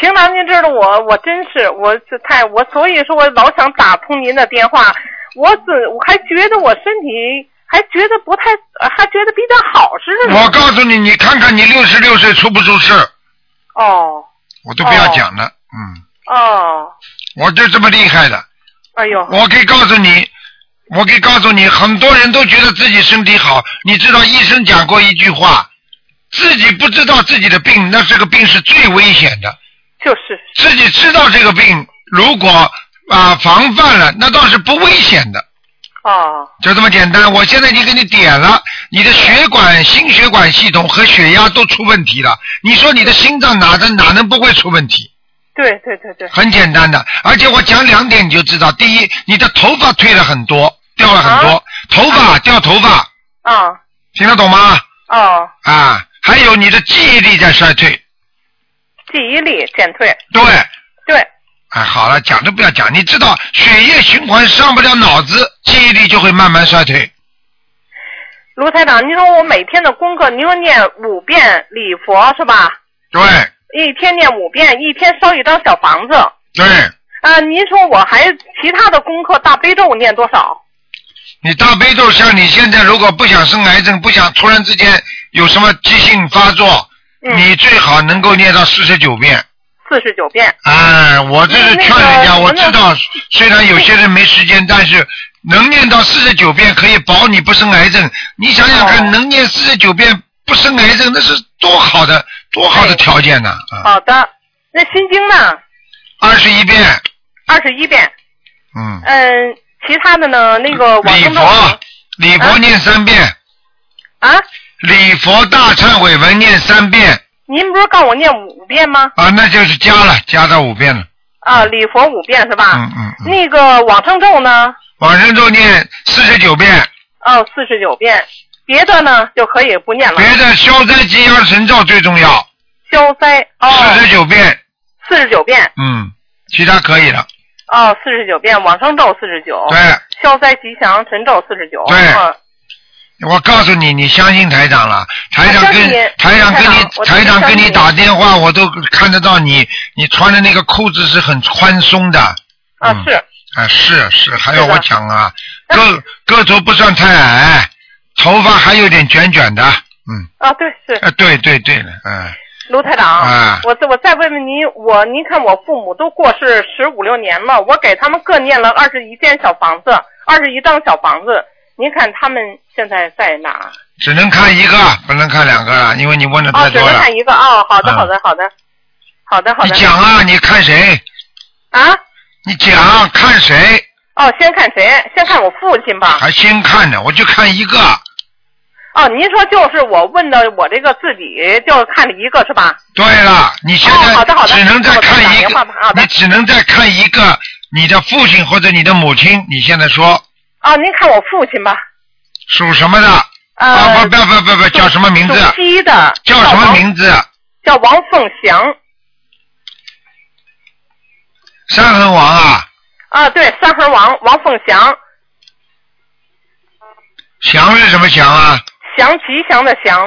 平常您知道我，我真是我是太我，所以说我老想打通您的电话，我总我还觉得我身体还觉得不太，呃还觉得比较好似的。
我告诉你，你看看你六十六岁出不出事？
哦
我都不要讲了，嗯，
哦，
我就这么厉害的，
哎呦，
我可以告诉你，我可以告诉你，很多人都觉得自己身体好，你知道医生讲过一句话，自己不知道自己的病，那这个病是最危险的，
就是
自己知道这个病，如果啊、防范了，那倒是不危险的。
哦
就这么简单，我现在已经给你点了，你的血管、心血管系统和血压都出问题了。你说你的心脏哪能哪能不会出问题？
对对对对，
很简单的，而且我讲两点你就知道。第一，你的头发退了很多，掉了很多，
啊
头发掉头发，
啊
听得懂吗？
哦，
啊，还有你的记忆力在衰退。
记忆力减退，
对，
对，
哎，好了，讲都不要讲，你知道血液循环上不了脑子，记忆力就会慢慢衰退。
卢台长，您说我每天的功课，您说念五遍礼佛是吧？
对
一天念五遍，一天烧一张小房子。
对，
啊，您说我还其他的功课大悲咒念多少？
你大悲咒，像你现在如果不想生癌症，不想突然之间有什么急性发作，
嗯
你最好能够念到四十九遍。
四十九遍。
哎，我这是劝人家，
那个
我知道，虽然有些人没时间，但是能念到四十九遍可以保你不生癌症。你想想
哦
看，能念四十九遍不生癌症，那是多好的多好的条件呐！啊，
好的，那心经呢？
二十一遍，
二十一遍。
嗯，
嗯，其他的呢？那个往
礼
生咒
佛礼
嗯
佛念三遍，
啊，
礼佛大忏悔文念三遍
您不是告我念五遍吗？
啊，那就是加了，加到五遍了。
啊，礼佛五遍是吧？
嗯嗯，
那个往生咒呢？
往生咒念四十九遍，
哦，四十九遍。别的呢就可以不念了。
别的消灾吉祥神咒最重要，
消灾哦，
四十九遍，
四十九遍
嗯，其他可以了。
哦，四十九遍往生咒四十九，
对，
消灾吉祥神咒四十九，
对
嗯
我告诉你，你相信台长了，台长跟
我相信
台长
台
跟
长
你
我
台长跟
相信
你
你
打电话，我都看得到你，你穿的那个裤子是很宽松的。
啊
嗯
是，
啊，是是，还要
是的
我讲啊，个个头不算太矮，头发还有点卷卷的，嗯，
啊对是
啊，对对对了，嗯，
卢台长，
啊
我再我再问问您，我您看我父母都过世十五六年了，我给他们各念了二十一间小房子，二十一张小房子，您看他们现在在哪？
只能看一个，不能看两个了，因为你问的
哦，
太
只
多
能
了。
看一个哦，好的
嗯
好的好的，好的好
你
的
讲啊，你看谁？
啊
你讲看谁？
哦，先看谁？先看我父亲吧。
还先看呢，我就看一个，
哦，您说就是我问的，我这个自己就看了一个是吧？
对了，你现
哦好的
在
好的
只能再看一
那我再打电话吧好
个，
的
你只能再看一个，你的父亲或者你的母亲，你现在说
哦，您看我父亲吧，
属什么的？啊，
呃
不，不不不不，叫什么名字？
属鸡的，
叫什么
王
名字？
叫王凤祥
山河王啊，
啊，对，三横王王凤祥，
祥是什么祥啊？
祥吉祥的祥，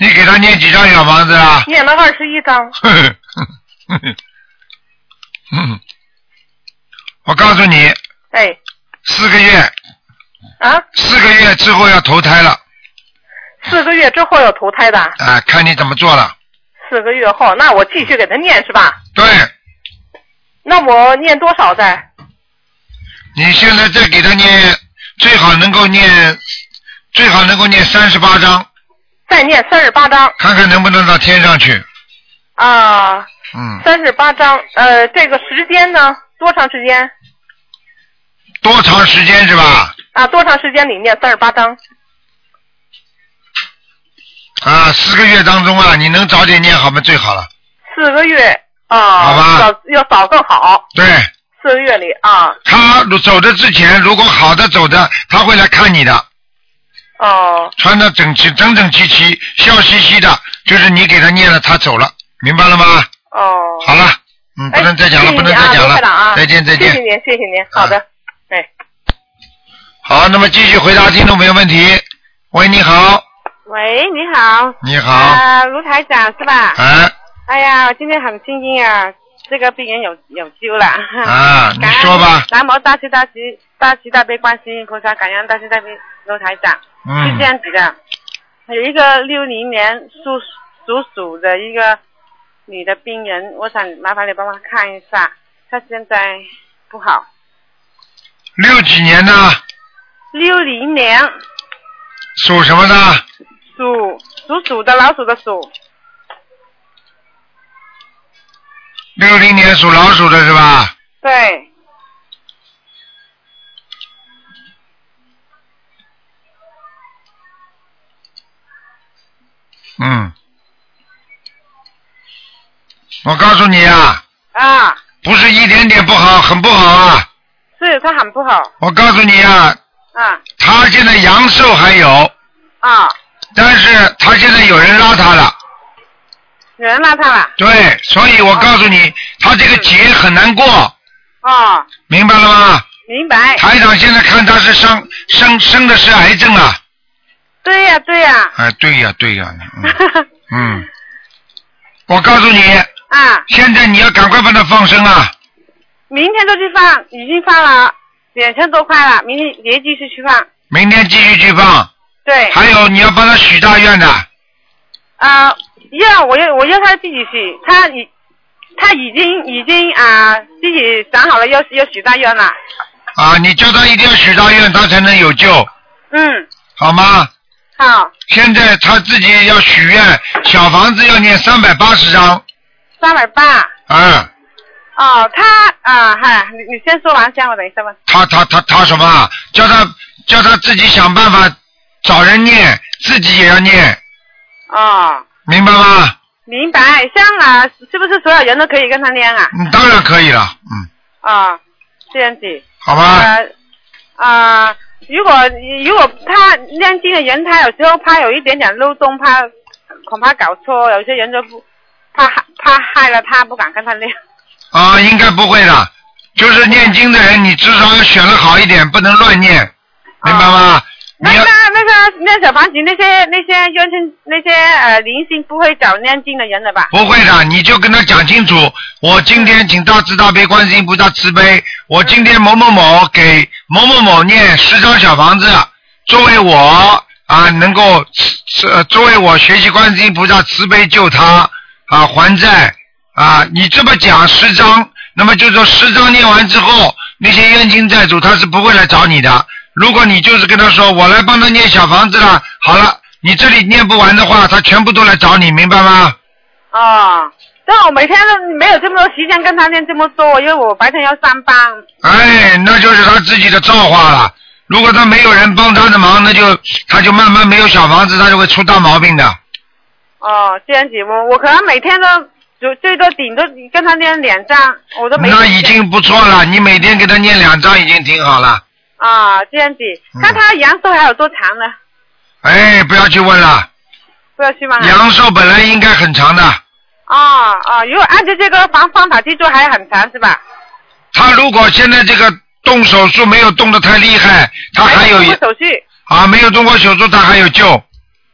你给他念几张小房子啊？
念了二十一章。
呵呵呵呵嗯，我告诉你，
哎，
四个月，
啊，
四个月之后要投胎了，
四个月之后要投胎的，
啊，看你怎么做了。
四个月后，那我继续给他念是吧？
对，
那我念多少再？
你现在再给他念，最好能够念，最好能够念三十八章，
再念三十八章
看看能不能到天上去。
啊，
嗯，
三十八章。呃，这个时间呢，多长时间？
多长时间是吧？
啊，多长时间里念三十八章？
啊，四个月当中啊，你能早点念好嘛最好了。
四个月
好吧
啊，早要早更好。
对
四个月里啊，
他走的之前，如果好的走的，他会来看你的，
哦、
穿的整齐、整整齐齐、笑嘻嘻的，就是你给他念了，他走了，明白了吗？
哦。
好了，嗯，不能再讲了，
哎
不能再
谢谢
讲
您啊、卢台
了，
长啊、
再见再见。啊
谢谢您，谢谢您，好的，哎，
好，那么继续回答听众朋友问题。喂，你好，
喂，你好。
你好，
啊、卢台长是吧？
哎
哎呀，我今天很庆幸啊，这个病人有有救了。
嗯
啊，你
感恩
说吧，
南无大慈大慈大慈大悲观世音菩萨，感恩大慈大悲卢台长。是
嗯
这，样子的，有一个六零年属属鼠的一个女的病人，我想麻烦你帮忙看一下，她现在不好。
六几年的，
六零年
属什么的？
属属鼠的老鼠的鼠，
六零年属老鼠的是吧？
对，
嗯，我告诉你啊，
啊，
不是一点点不好，很不好啊！
是她很不好，
我告诉你啊，
啊
他现在阳寿还有，
啊，
但是他现在有人拉他了，
有人拉她了，
对，所以我告诉你，他这个劫很难过，
哦，
明白了吗？
明白。
台长现在看他是生生生的是癌症啊！
对呀、对呀、
哎，对呀、对呀、嗯，嗯，我告诉你，
啊，
现在你要赶快帮他放生啊！
明天就去放，已经放了两千多块了，明天也继续去放。
明天继续去放，
对，
还有你要帮他许大愿的，
啊、要我要我要他自己许，他已他已经已经啊、自己想好了要要许大愿了，
啊，你叫他一定要许大愿，他才能有救，
嗯，
好吗？
好，
现在他自己要许愿，小房子要念三百八十章，
三百八，
啊，
哦，他啊哈，你你先说完，先我等一下吧，
他他他他什么啊？叫他叫他自己想办法找人念，自己也要念，
哦，
明白吗？
明白，像啊，是不是所有人都可以跟他练啊？
嗯，当然可以了，嗯，
啊、这样子，
好吧，
呃啊、如果如果他念经的人，他有时候怕有一点点漏洞，怕恐怕搞错，有些人就不怕害怕害了他，不敢跟他练。
啊，应该不会的，就是念经的人，你至少要选的好一点，不能乱念，明白吗？
那
你要
那那个那小房子那些那些冤亲那些呃灵性不会找念经的人了吧？
不会的，你就跟他讲清楚，我今天请大慈大悲观世音菩萨慈悲，我今天某某某给某某某念十张小房子，作为我啊能够呃作为我学习观世音菩萨慈悲救他啊还债啊，你这么讲十张，那么就说十张念完之后，那些冤亲债主他是不会来找你的。如果你就是跟他说我来帮他念小房子了，好了，你这里念不完的话，他全部都来找你，明白吗？
哦，但我每天都没有这么多时间跟他练这么多，因为我白天要上班。
哎，那就是他自己的造化了。如果他没有人帮他的忙，那就他就慢慢没有小房子，他就会出大毛病的。
哦，这样子，我我可能每天都就最多顶多跟他练两张，我都没。
那已经不错了，你每天给他念两张已经挺好了。
啊，这样子，
嗯
看他阳寿还有多长呢？
哎，不要去问了，
不要去啊吗？
阳寿本来应该很长的。
啊啊，如果按照这个方方法去做，还很长是吧？
他如果现在这个动手术没有动得太厉害，他还有
做手续，
啊没有动过手术，他还有救。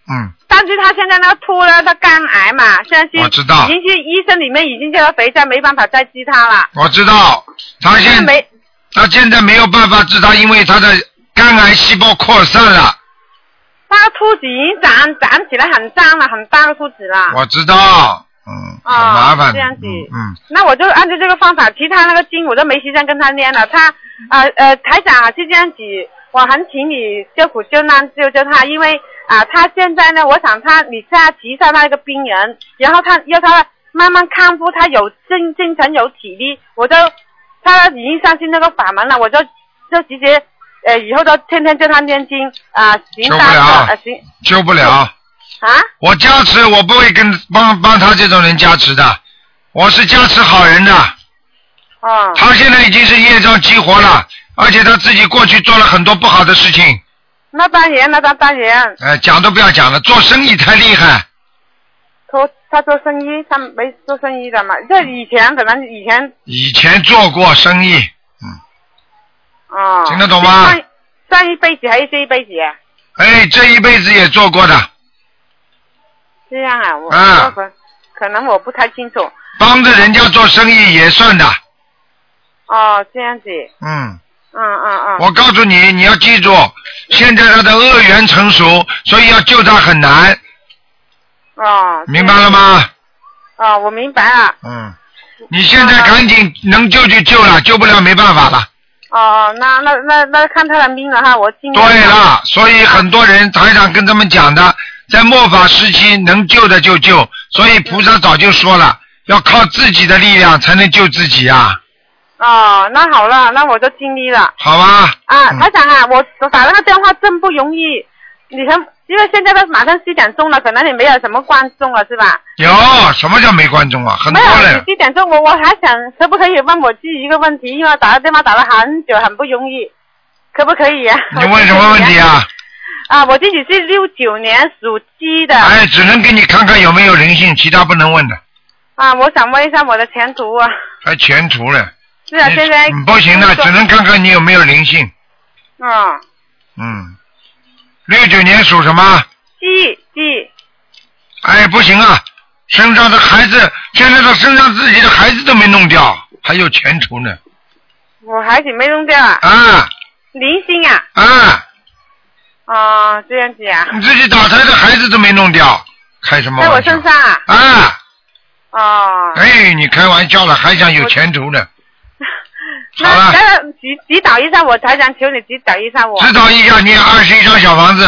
嗯，
但是他现在呢秃了，他肝癌嘛，现在去
我知道
已经去医生里面已经叫他肥皂，没办法再治他了。
我知道，他
现在
现
没
他现在没有办法治他，因为他的肝癌细胞扩散了。
他秃子已经长长起来很脏了，很大个秃子了。
我知道，嗯，很
啊
麻烦的，
这样子
嗯嗯，
那我就按照这个方法，其他那个经我都没时间跟他念了。他啊呃台长啊是这样子，我很请你救苦救难救救他，因为啊、他现在呢，我想他你下急下那个病人，然后他要他慢慢康复，他有精精神有体力，我就他已经相信那个法门了，我就就直接呃以后都天天叫他念经啊、行
受不
大
了
啊、呃、行
救不了。
啊
我加持，我不会跟帮帮他这种人加持的，我是加持好人的。
哦
他现在已经是业障激活了，而且他自己过去做了很多不好的事情，
那当然那当当然，
哎，讲都不要讲了，做生意太厉害，
他他做生意，他没做生意的嘛。这以前可能以前
以前做过生意，
啊，
听得懂吗
上上一辈子还是这一啊辈子？
哎，这一辈子也做过的，
这样啊，我、
啊
我可可能我不太清楚。
帮着人家做生意也算的，
哦，这样子，
嗯。
嗯嗯嗯，
我告诉你，你要记住，现在他的恶缘成熟，所以要救他很难，
哦，
明白了
这样？
吗？
哦，我明白了。
嗯，你现在赶紧能救就救了，救不了没办法了。
哦，那那那那看他的命了哈，我尽量
对了，所以很多人台长跟他们讲的，在末法时期能救的就救，所以菩萨早就说了，要靠自己的力量才能救自己啊，
哦，那好了，那我就尽力了。
好吧？
啊，
嗯
台长啊，我我打那个电话真不容易，你看，因为现在都马上七点钟了，可能也没有什么观众了，是吧？
有什么叫没观众啊？很
没
多
有，
人
你几点钟？我我还想可不可以问我自己一个问题，因为我打个电话打了很久，很不容易，可不可以、啊？
你问什么问题？啊？
啊，我自己是六九年属鸡的、
哎，只能给你看看有没有灵性，其他不能问的，
啊，我想问一下我的前途啊。
还前途了。
是啊，现在
嗯不行的，只能看看你有没有灵性。
嗯，
嗯，六九年属什么？
记记，
哎，不行啊，身上的孩子，现在他身上自己的孩子都没弄掉，还有前途呢。
我孩子没弄掉啊，
啊
零星啊，
啊，
哦，这样子啊，
你自己打胎的孩子都没弄掉，开什么
在我
玩
身
笑？
上啊，
啊，
哦，
哎，你开玩笑了，还想有前途呢？好
那
了
来指指导一下我，台长，求你指导一下我，
指导一下，啊念二十一张小房子，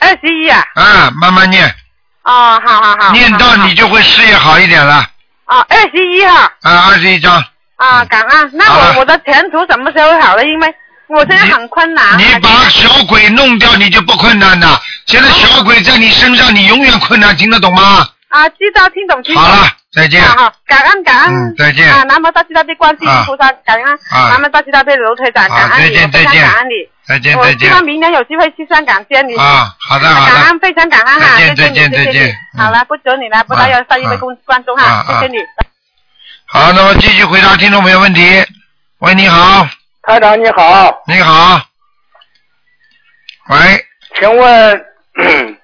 二十一啊，
啊，慢慢念，
哦，好好好，
念到你就会事业好一点了。
哦，二十一哈，
啊，二十一张，
啊，感恩，那
好了
我我的前途什么时候好了？因为我现在
你
很困难，
你把小鬼弄掉，你就不困难了。现在小鬼在你身上，你永远困难，听得懂吗？
啊，知道听懂听懂。
好了，再见。
好好，感恩感恩。
嗯再见
啊，南无大慈大悲观世音菩萨，感恩。
啊
南无大慈大悲卢台长，
啊
感恩你，
再见
我非常
再见
感恩你。
再见，
我
再
希
见。
望明年有机会去香港见你。
啊，好的，好
感
的。
恩，非常感恩哈！
再
谢
见
谢你
再见
谢谢
再
你
见嗯
好了，不求你了，不
啊
要要上一位
啊
公观众
啊
哈，
啊
谢谢你。
好，那么继续回答听众朋友问题。喂，你好，
台长你好，
你好。喂，
请问嗯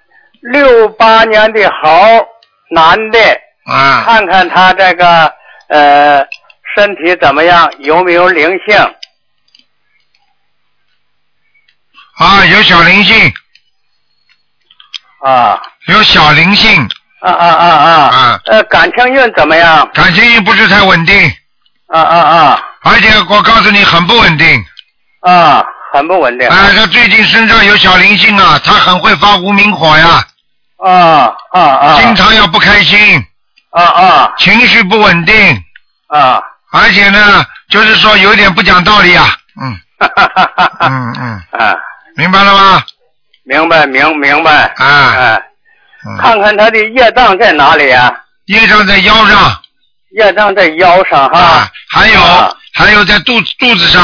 六八年的猴男的，
啊，
看看他这个呃身体怎么样，有没有灵性？
啊，有小灵性，
啊
有小灵性，
啊啊啊
啊
啊！呃，感情运怎么样？
感情运不是太稳定，
啊啊
而且我告诉你很不稳定。
啊啊，很不稳定。
哎、他最近身上有小灵性啊，他很会发无名火呀，
啊啊啊！
经常要不开心，
啊啊
情绪不稳定，
啊！
而且呢，就是说有点不讲道理啊。嗯
哈哈哈哈哈！
嗯嗯，
啊，
明白了吗？
明白明明白。
啊，
哎，
嗯，
看看他的业障在哪里啊？
业障在腰上
业障在腰上哈
啊，，还有
啊
还有在肚子肚子上，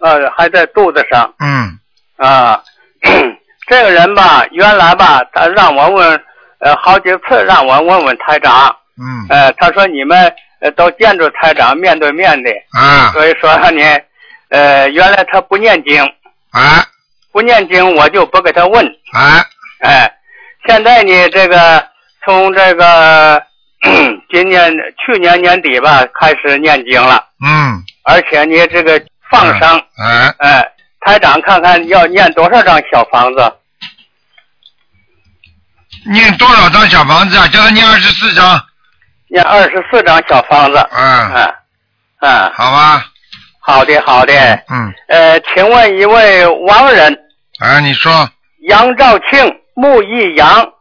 呃，还在肚子上。
嗯
啊， 这个人吧，原来吧，他让我问，呃，好几次让我问问台长，
嗯
呃，他说你们呃都见着台长面对面的，
啊
所以说呢，呃，原来他不念经，
啊
不念经我就不给他问，
啊
哎，现在呢，这个从这个 今年去年年底吧开始念经了，
嗯
而且呢，这个放生，
啊，
哎，台长看看要念多少张小房子。
念多少张小房子啊？叫他念二十四张
念二十四张小方子。
啊，
嗯嗯，
好吧？
好的好的。
嗯，
呃，请问一位亡人
啊，你说
杨兆庆，木易杨，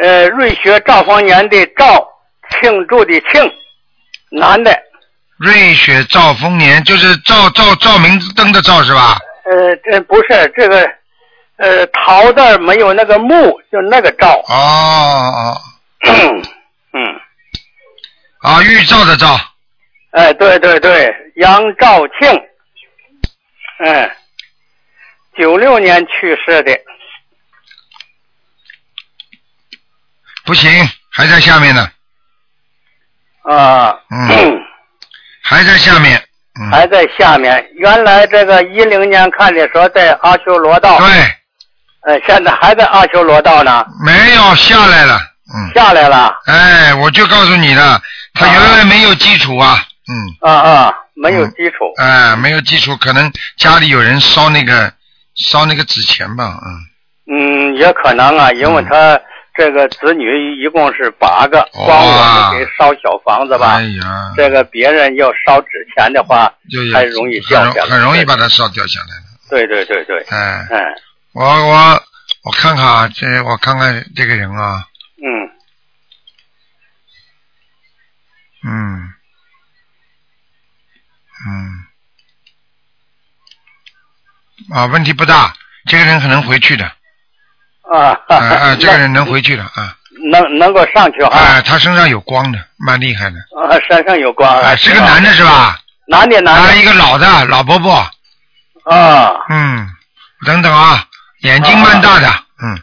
呃，瑞学兆丰年的兆，庆祝的庆，男的。
瑞雪兆丰年就是照照照明灯的照是吧？
呃，这不是这个，呃，桃字儿没有那个木，就那个兆。
哦哦，
嗯，
啊，预兆的兆，
哎，对对对，杨兆庆，嗯，九六年去世的。
不行，还在下面呢，
啊，
嗯还在下面，嗯，
还在下面。原来这个一零年看的时候在阿修罗道，
对，
呃，现在还在阿修罗道呢，
没有下来了，嗯，
下来了。
哎，我就告诉你了，他原来没有基础啊，
啊
嗯，
啊，没有基础。
哎，没有基础，可能家里有人烧那个烧那个纸钱吧，嗯，
嗯，也可能啊，因为他这个子女一共是八个，
哦
光我们给烧小房子吧
哎，呀，
这个别人要烧纸钱的话
就有，
还容易掉下来，
很容很容易把它烧掉下来了，
对。对对对对，
哎，
嗯
我我我看看啊，这我看看这个人啊，
嗯
嗯，嗯，啊，问题不大，这个人可能回去的，
啊
啊
哈
啊，
哈，
这个人能回去的啊，
那能能够上去
啊，
哈，
他身上有光的，蛮厉害的，
啊，山上有光
啊，是个男的是吧？
男的男
啊，
的
一个老的老伯伯，
啊，
嗯，等等啊，眼睛蛮大的，嗯，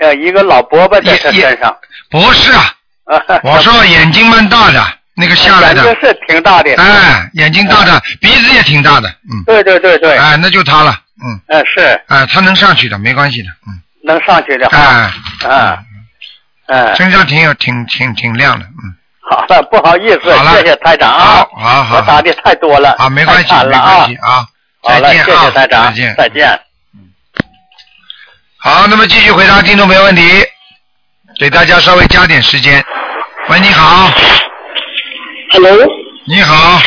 呃，一个老伯伯在他身上。
不是啊，
啊，
我说眼睛蛮大的，那个下来的
眼睛是挺大的。
哎，眼睛大的，鼻子也挺大的，嗯，
嗯对对对对，
哎，那就他了，嗯，
嗯是
哎，他能上去的，没关系的，嗯，
能上去的哈，
哎，
嗯嗯，
身上挺有挺挺挺亮的，嗯，
好了，不好意思
好了，
谢谢台长啊
好，，好
我
好
打
好，
的太多了，
啊，没关系，
太惨
没
了啊
关系，啊，
好
再
了，
见
谢
啊
谢台，长，
再见，嗯
再见。
好，那么继续回答听众朋友问题，给大家稍微加点时间。喂，你好，
Hello，Hello，
你好，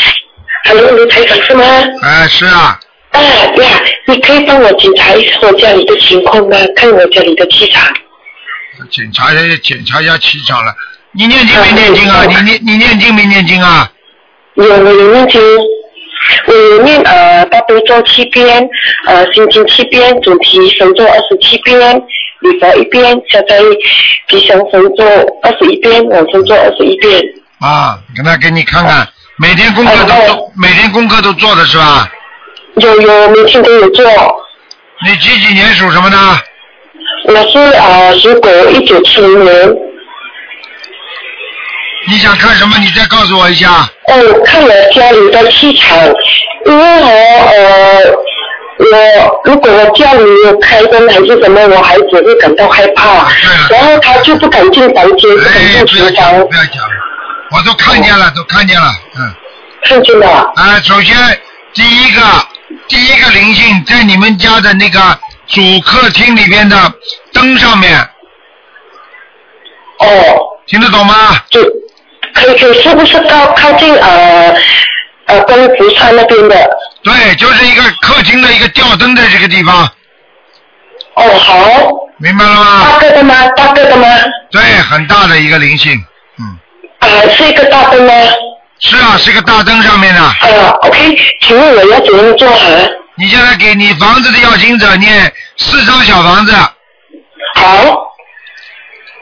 卢台长是吗？
哎，是啊，
啊呀，你可以帮我检查一下我家里的情况吗？看我家里的气场。
检查一下，检查一下气场了。你念经没念经啊？你念你念经没念经啊？
有我有念经，我有念呃大悲咒七遍，呃心经七遍，准提神咒二十七遍，礼佛一遍，消灾吉祥神咒二十一遍，往生咒二十一遍。
啊，那给你看
哦
看，每天功课都做，每天功课都做的是吧？
哎有有，每天都有做。
你几几年属什么的？
我是呃属狗，一九七零年。
你想看什么？你再告诉我一下。
哦，看我家里的气场，因为我呃我如果我家里有开灯还是什么，我孩子会感到害怕，然后他就不敢进房间，不敢
哎，
进
不要
厨
讲了，
房
不，要讲了，我都看见了，都看见了，嗯。
哦看见了。
啊，首先第一个，第一个灵性在你们家的那个主客厅里边的灯上面，
哦，
听得懂吗？
就可以可以，是不是靠靠近呃呃观音菩萨那边的？
对，就是一个客厅的一个吊灯在这个地方，
哦，好，啊
明白了吗
大？个的吗？大个的吗？
对，很大的一个灵性，嗯，
啊、是一个大灯吗？
是啊，是个大灯上面的。
啊、o k 请问我要怎样做好？
你现在给你房子的要经者念四张小房子，
好，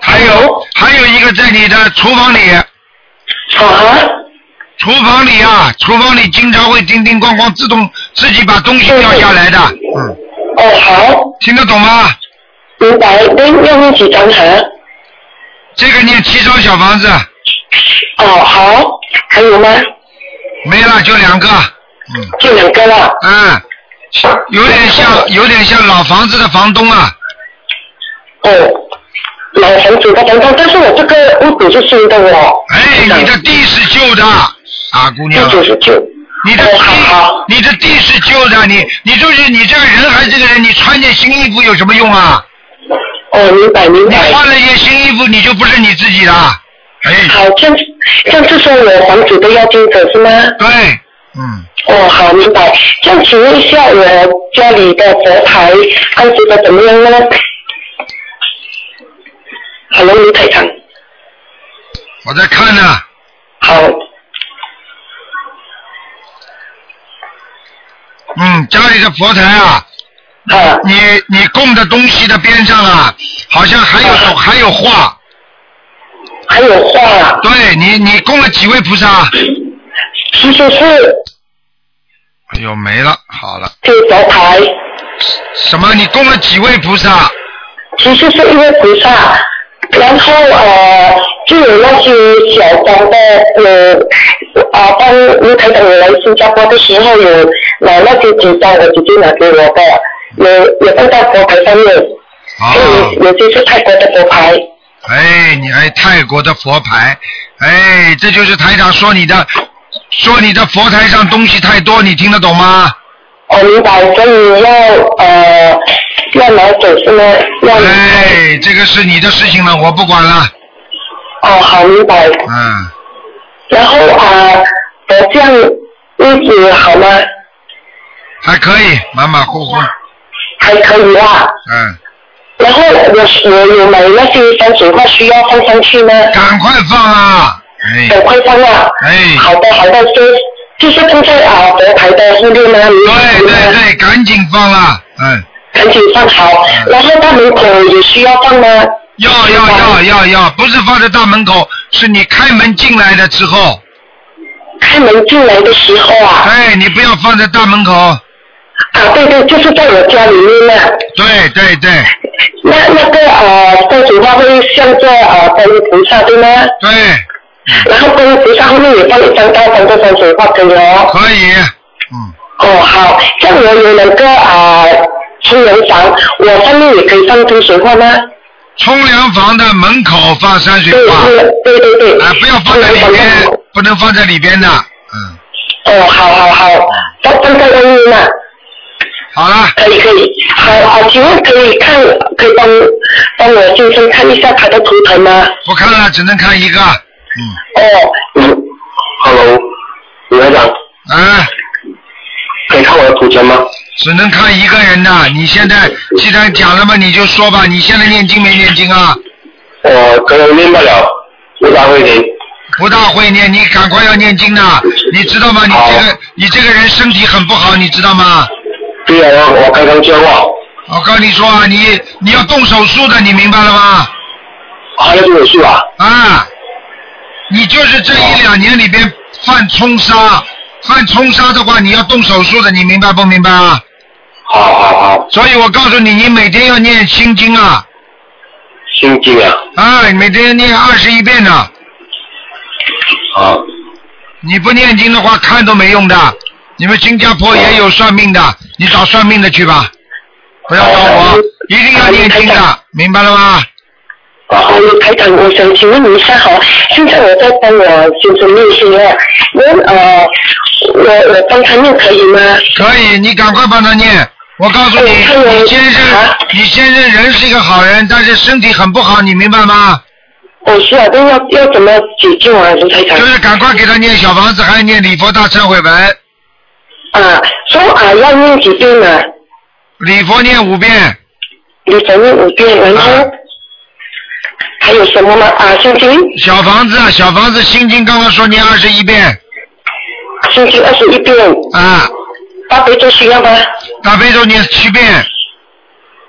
还有还有一个在你的厨房里，
啊好啊，
厨房里啊，厨房里经常会叮叮咣咣自动自己把东西掉下来的，嗯，
哦，好，
听得懂吗？
明白。那要念几张哈？
这个念七张小房子，
哦，好，还有吗？
没了就两个，
就两个了。
嗯，有点像有点像老房子的房东啊，
哦，老房子的房东，但是我这个屋子是新的哦。
哎，你的地是旧的啊，姑娘
一，九十九。
你的
哦，好好。
地你的地是旧的，你你就是你这个人还是这个人，你穿件新衣服有什么用啊？
哦，明白明
你
白。
换了一件新衣服，你就不是你自己的，哎，
好，这样子这样就说我房子的要经者是吗？
对，嗯，
哦，好，明白。这样请问一下，我家里的佛台安置的怎么样呢？Hello，卢台长，
我在看呢、
好，
嗯，家里的佛台啊，
啊，
你你供的东西的边上啊，好像还有手还有画，
啊还有话啊，
对你你供了几位菩萨？
其实是
哎呦没了，好了，
这个佛台，
什么？你供了几位菩萨？
其实是因为菩萨，然后呃，就有那些小张的呃，啊，当卢台长来新加坡的时候，有拿那些纸张，我姐姐拿给我的，有有放到佛台上面。
啊，
嗯，尤其是泰国的佛牌。
哎，你还泰国的佛牌，哎，这就是台长说你的，说你的佛台上东西太多，你听得懂吗？
我明白，所以要呃要拿走是吗？要
哎，这个是你的事情了，我不管了，
哦，好明白。
嗯，
然后啊，佛像位置好吗？
还可以，马马虎虎，
还可以啦。
嗯，
然后我是我有买那些山水画，需要放上去吗？
赶快放啊，哎，
赶快放啊！
哎，
好的，好的，就是就是放在啊佛牌的后面吗？明白吗
对对对，赶紧放了，嗯，
赶紧放好。然后大门口也需要放吗？
要要要要要，不是放在大门口，是你开门进来的之后，
开门进来的时候啊。
哎，你不要放在大门口，
啊，对对，就是在我家里面呢。
对哎对对
那那个呃，山水画会向着呃观音菩萨对吗？
对，
然后这个学校后面也帮你张开三个山水画，可以哦。
可以。嗯
哦，好，像我有那个啊，清凉房，我上面也可以放山水画吗？
冲凉房的门口放山水画，
对对对，
啊，不要放在里边，不能放在里边的，
嗯。哦，好好好，放放在外面嘛。
好了。
可以可以，好好，请问可以看，可以帮帮我先生看一下他的图腾吗？
不看了，只能看一个。
哦嗯 Hello，李台长，
啊，
可以看我的图腾吗？嗯
只能看一个人的。你现在既然讲了嘛，你就说吧。你现在念经没念经啊？
我哦可能念不了，不大会念。
不大会念，你赶快要念经的，你知道吗？你这个你这个人身体很不好，你知道吗？
对呀、我我刚刚捐了。
我告诉你说啊，你你要动手术的，你明白了吗？
还要动手术啊？
啊，你就是这一两年里边犯冲杀，犯冲杀的话，你要动手术的，你明白不明白啊？
好好好，
所以我告诉你，你每天要念心经啊，
心经啊，
啊，每天要念二十一遍呢、
好，
你不念经的话，看都没用的。你们新加坡也有算命的，你找算命的去吧，不要找我，一定要念经的，啊明白了吗？
哦，台长，我想请问一下哈，现在我在帮我先生念经啊，我呃，我我帮他念可以吗？嗯
可以，你赶快帮他念。我告诉你，你先生，你先生人是一个好人，但是身体很不好，你明白吗？
我是啊，那要要怎么解救啊，卢台长？
就是赶快给他念小房子，还念礼佛大忏悔文。
啊，说啊要念几遍呢？
礼佛念五遍。啊
礼佛念五遍，然后、还有什么吗？啊，心经，
小房子，啊小房子心经，刚刚说念二十一遍。
心经二十一遍。
啊。
大悲咒需要吗？
大悲咒念七遍。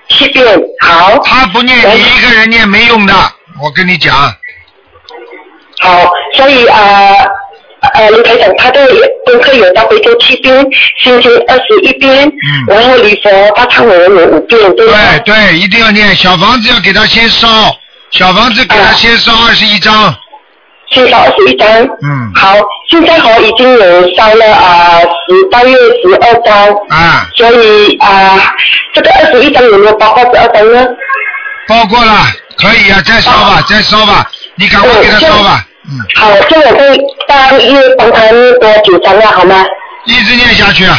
七遍，好。
他不念，你一个人念没用的。我跟你讲，
好，所以啊呃，卢台长他的功课有大悲咒七遍，心经二十一遍，
嗯
然后礼佛大忏悔文有五遍，对吗？
对对，一定要念。小房子要给他先烧，小房子给他先烧二十一啊张。
先烧二十一张。
嗯。
好，现在我已经有烧了啊十大约十二张。
啊。
所以啊、这个二十一张有没有包括十二张呢？
包括了，可以啊，再烧吧，
哦
再烧吧，你赶
嗯
快给他烧吧。
好，这我会大约帮他念多九张了，好吗？
一直念下去啊。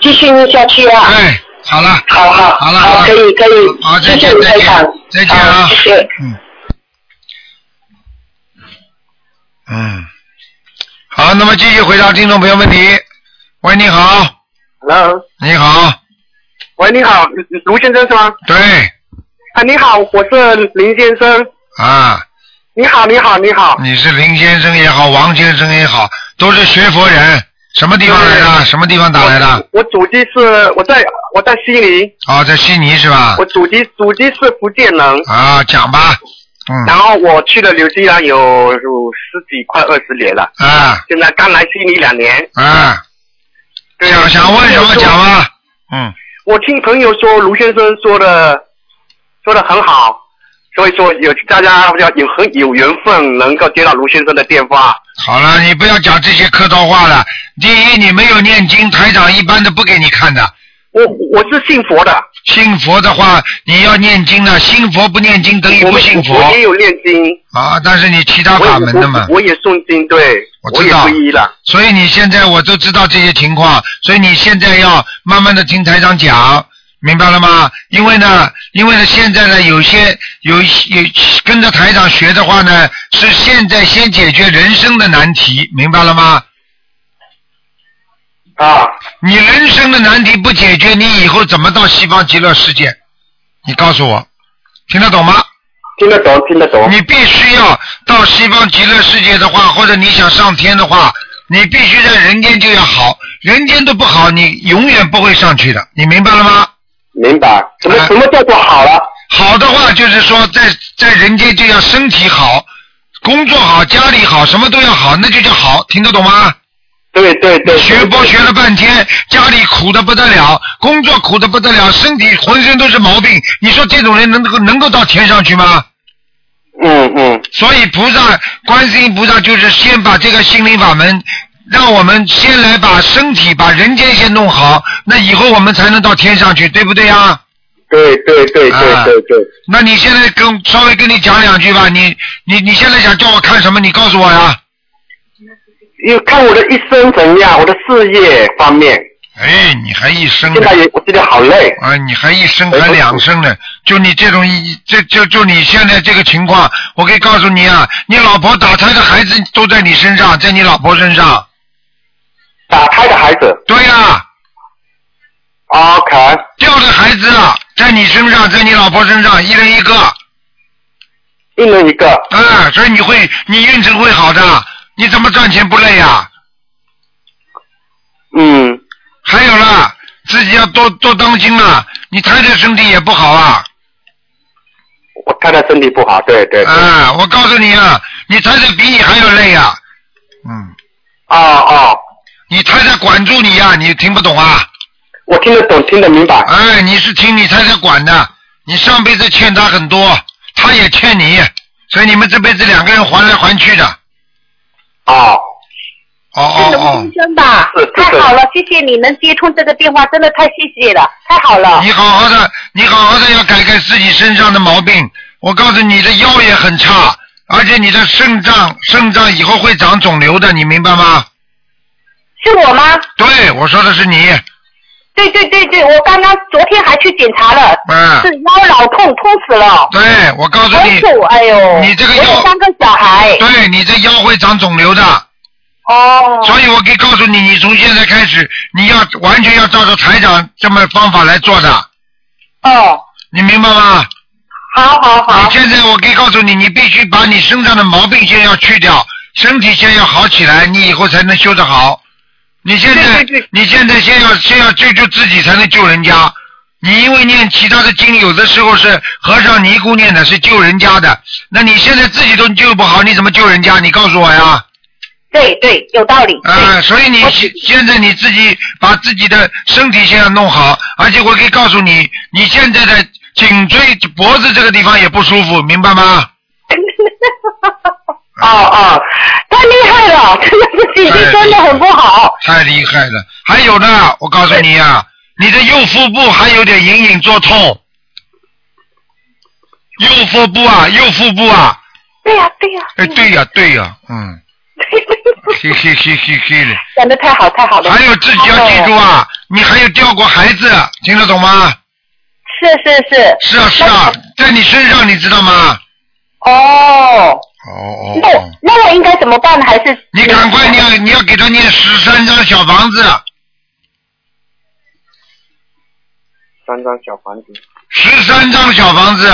继续念下去啊。
哎，好了。
好好。
好了，
好，可以可以。
好，再
谢
见
谢，
再
嗯台
见
长。，
再见啊
好，。谢谢。
嗯，好，那么继续回答听众朋友问题。喂，你好，
Hello，
你好，
喂，你好，卢卢先生是吗？
对，
啊，你好，我是林先生。
啊，
你好，你好，你好。
你是林先生也好，王先生也好，都是学佛人，什么地方来的？什么地方打来的？
我祖籍是我在我在悉尼，
哦，在悉尼是吧
我？祖籍祖籍是福建人，
啊，讲吧，嗯，
然后我去了纽西兰有有十几快二十年了，
啊
现在刚来悉尼两年。
啊，
对啊，
想问什么讲啊？嗯，
我听朋友说卢先生说的说的很好，所以说有大家要有很有缘分能够接到卢先生的电话。
好了，你不要讲这些客套话了。第一，你没有念经，台长一般都不给你看的。
我我是信佛的。
信佛的话，你要念经的，信佛不念经等于
我
不
们
信佛
我也有念经，
啊。但是你其他法门的嘛，
我也诵经，对，我
知
也
道
皈依了。
所以你现在我都知道这些情况，所以你现在要慢慢的听台长讲，明白了吗？因为呢，因为呢，现在呢，有些有有跟着台长学的话呢，是现在先解决人生的难题，明白了吗？
啊，
你人生的难题不解决，你以后怎么到西方极乐世界？你告诉我，听得懂吗？
听得懂，听得懂。
你必须要到西方极乐世界的话，或者你想上天的话，你必须在人间就要好，人间都不好，你永远不会上去的，你明白了吗？
明白。什么、什么叫做好了？
啊好的话就是说在，在人间就要身体好，工作好，家里好，什么都要好，那就叫好，听得懂吗？
对对对。
学佛学了半天，家里苦的不得了，工作苦的不得了，身体浑身都是毛病，你说这种人能够能够到天上去吗？
嗯嗯，
所以菩萨观世音菩萨就是先把这个心灵法门，让我们先来把身体把人间先弄好，那以后我们才能到天上去，对不对啊？
对对对对对对，
那你现在跟稍微跟你讲两句吧，你你你现在想叫我看什么？你告诉我呀。
因为看我的一生怎样，我的事业方面，
哎，你还一生呢
现在也我觉得好累。
啊，你还一生还两生呢，就你这种一这就就你现在这个情况，我可以告诉你啊，你老婆打胎的孩子都在你身上，在你老婆身上。
打胎的孩子。
对呀、
OK，
掉的孩子啊，在你身上，在你老婆身上，一人一个。
一人一个。
啊，所以你会，你运程会好的，你怎么赚钱不累呀、啊
嗯。
还有啦，自己要多多当心啦，你太太身体也不好啊。
我太太身体不好，对对对。
啊，我告诉你啊，你太太比你还要累啊。
嗯。哦哦。
你太太管住你呀、你听不懂啊？
我听得懂，听得明白。
哎，你是听你太太管的，你上辈子欠她很多，她也欠你，所以你们这辈子两个人还来还去的。
哦。
哦哦哦。
真的，太好了，谢谢你能接通这个电话，真的太谢谢了，太好了。
你好好的，你好好的要改改自己身上的毛病。我告诉你，你的腰也很差，而且你的肾脏，肾脏以后会长肿瘤的，你明白吗？
是我吗？
对，我说的是你。
对对对对，我刚刚昨天还去检查了，
嗯
是腰老痛，痛死了。
对，我告诉你，
痛苦，哎呦，
你这个
我
腰
有三个小孩。
对，你这腰会长肿瘤的。
哦。
所以我可以告诉你，你从现在开始，你要完全要照着台长这么方法来做的。
哦。
你明白吗？
好好
好。你现在我可以告诉你，你必须把你身上的毛病先要去掉，身体先要好起来，你以后才能修得好。你现在，你现在先要先要救救自己，才能救人家。你因为念其他的经，有的时候是和尚尼姑念的，是救人家的。那你现在自己都救不好，你怎么救人家？你告诉我呀。
对对，有道理。
啊、所以你现现在你自己把自己的身体先要弄好，而且我可以告诉你，你现在的颈椎、脖子这个地方也不舒服，明白吗？
哦哦，太厉害了，真的是体力真的很不好。
太厉害了！还有呢，我告诉你呀、你的右腹部还有点隐隐作痛。右腹部啊，右腹部啊。
对呀、对呀、
哎，对呀、对呀、嗯。 嘿嘿嘿嘿嘿的。
讲的太好太好了。
还有自己要记住啊，你还有掉过孩子，听得懂吗？
是是是。
是啊是啊，在你身上你知道吗？
哦。
哦
那那我应该怎么办呢？还是
你赶快，你要你要给他念十三张小房子，
三张小房子。
十三张小房子。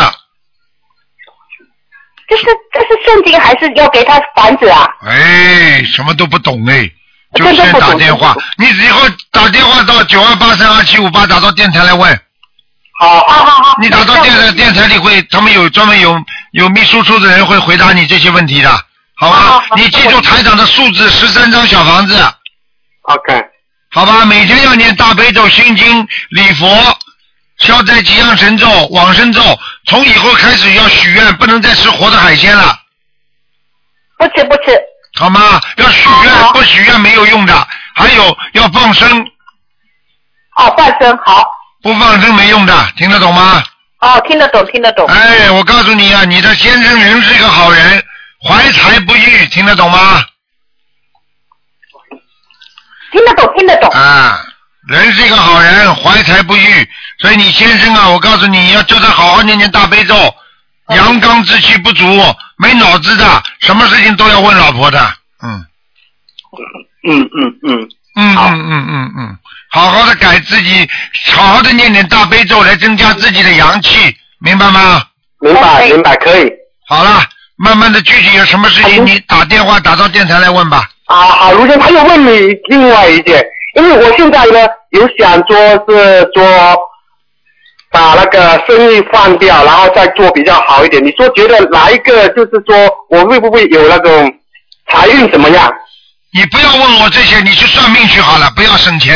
这是这是圣经还是要给他房子啊？
哎，什么都不懂哎，就
真的
先
不懂
打电话。你以后打电话到九二八三二七五八，打到电台来问。
好，
好，好，
你打到电台电台里会，他们有专门有有秘书处的人会回答你这些问题的，好吧？你记住台长的数字十三张小房子。
OK。
好吧，每天要念大悲咒、心经、礼佛、消灾吉祥神咒、往生咒。从以后开始要许愿，不能再吃活的海鲜了。
不吃不吃。
好吗？要许愿，不许愿没有用的。还有要放生。
哦，放生好。
不放生没用的，听得懂吗？
哦，听得懂，听得懂。
哎，我告诉你啊，你的先生人是个好人，怀才不遇，听得懂吗？
听得懂，听得懂。
啊，人是一个好人，怀才不遇，所以你先生啊，我告诉你要叫他好好念念大悲咒，
哦
阳刚之气不足，没脑子的，什么事情都要问老婆的。嗯。
嗯嗯嗯。
嗯嗯嗯嗯嗯，好好的改自己，好好的念念大悲咒，来增加自己的阳气，明白吗？
明白明白，可以。
好了，慢慢的具体有什么事情，你打电话打到电台来问吧。
啊，好，卢先生，还有问你另外一件，因为我现在呢有想说是说把那个生意放掉，然后再做比较好一点。你说觉得哪一个就是说我会不会有那种财运怎么样
你不要问我这些，你去算命去好了，不要省钱。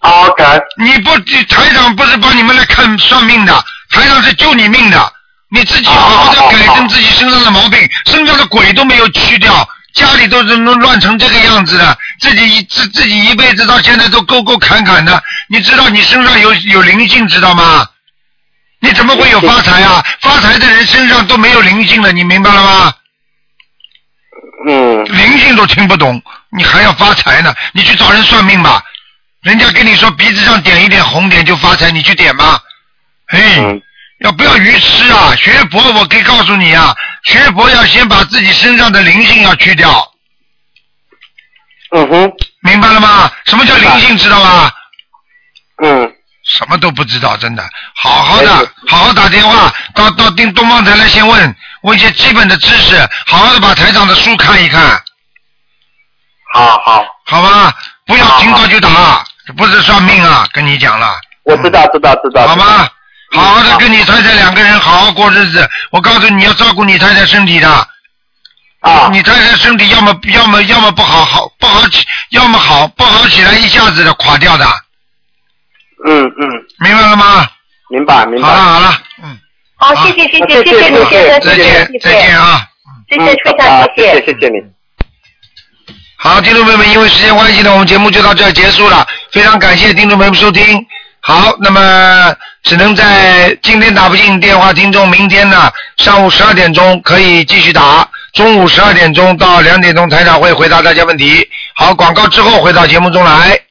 ？OK，
你不，你台长不是帮你们来看算命的，台长是救你命的。你自己啊好好的改正自己身上的毛病，身上的鬼都没有去掉，家里都是弄乱成这个样子的，自己一自自己一辈子到现在都沟沟坎坎的，你知道你身上有有灵性知道吗？你怎么会有发财啊？发财的人身上都没有灵性了，你明白了吗？
嗯，
灵性都听不懂，你还要发财呢？你去找人算命吧，人家跟你说鼻子上点一点红点就发财，你去点吧。哎，
嗯
要不要愚痴啊？学佛，我可以告诉你啊，学佛要先把自己身上的灵性要去掉。
嗯哼，
明白了吗？什么叫灵性？知道吗？
嗯。
什么都不知道，真的。好好
哎
的，好好打电话到到定东方台来先问问一些基本的知识，好好的把台长的书看一看，
好好，
好吧？不要听到就打，这不是算命啊，跟你讲了。
我知道，知道，知道。
好吗？
嗯
好好的跟你太太两个人好好过日子。我告诉你要照顾你太太身体的。啊。你太太身体要么要么要么不好好不好起，要么好不好起来一下子的垮掉的。
嗯嗯，
明白了吗？
明白明白。
好了好了，
好，谢谢谢谢
谢谢
谢卢先生，
啊再
谢谢
见
谢
再
谢
见啊！
谢谢非常
啊，
谢
谢谢谢谢你。
好，听众朋友们，因为时间关系呢，我们节目就到这儿结束了。非常感谢听众朋友们收听。好，那么只能在今天打不进电话，听众明天呢上午十二点钟可以继续打，中午十二点钟到两点钟台长会回答大家问题。好，广告之后回到节目中来。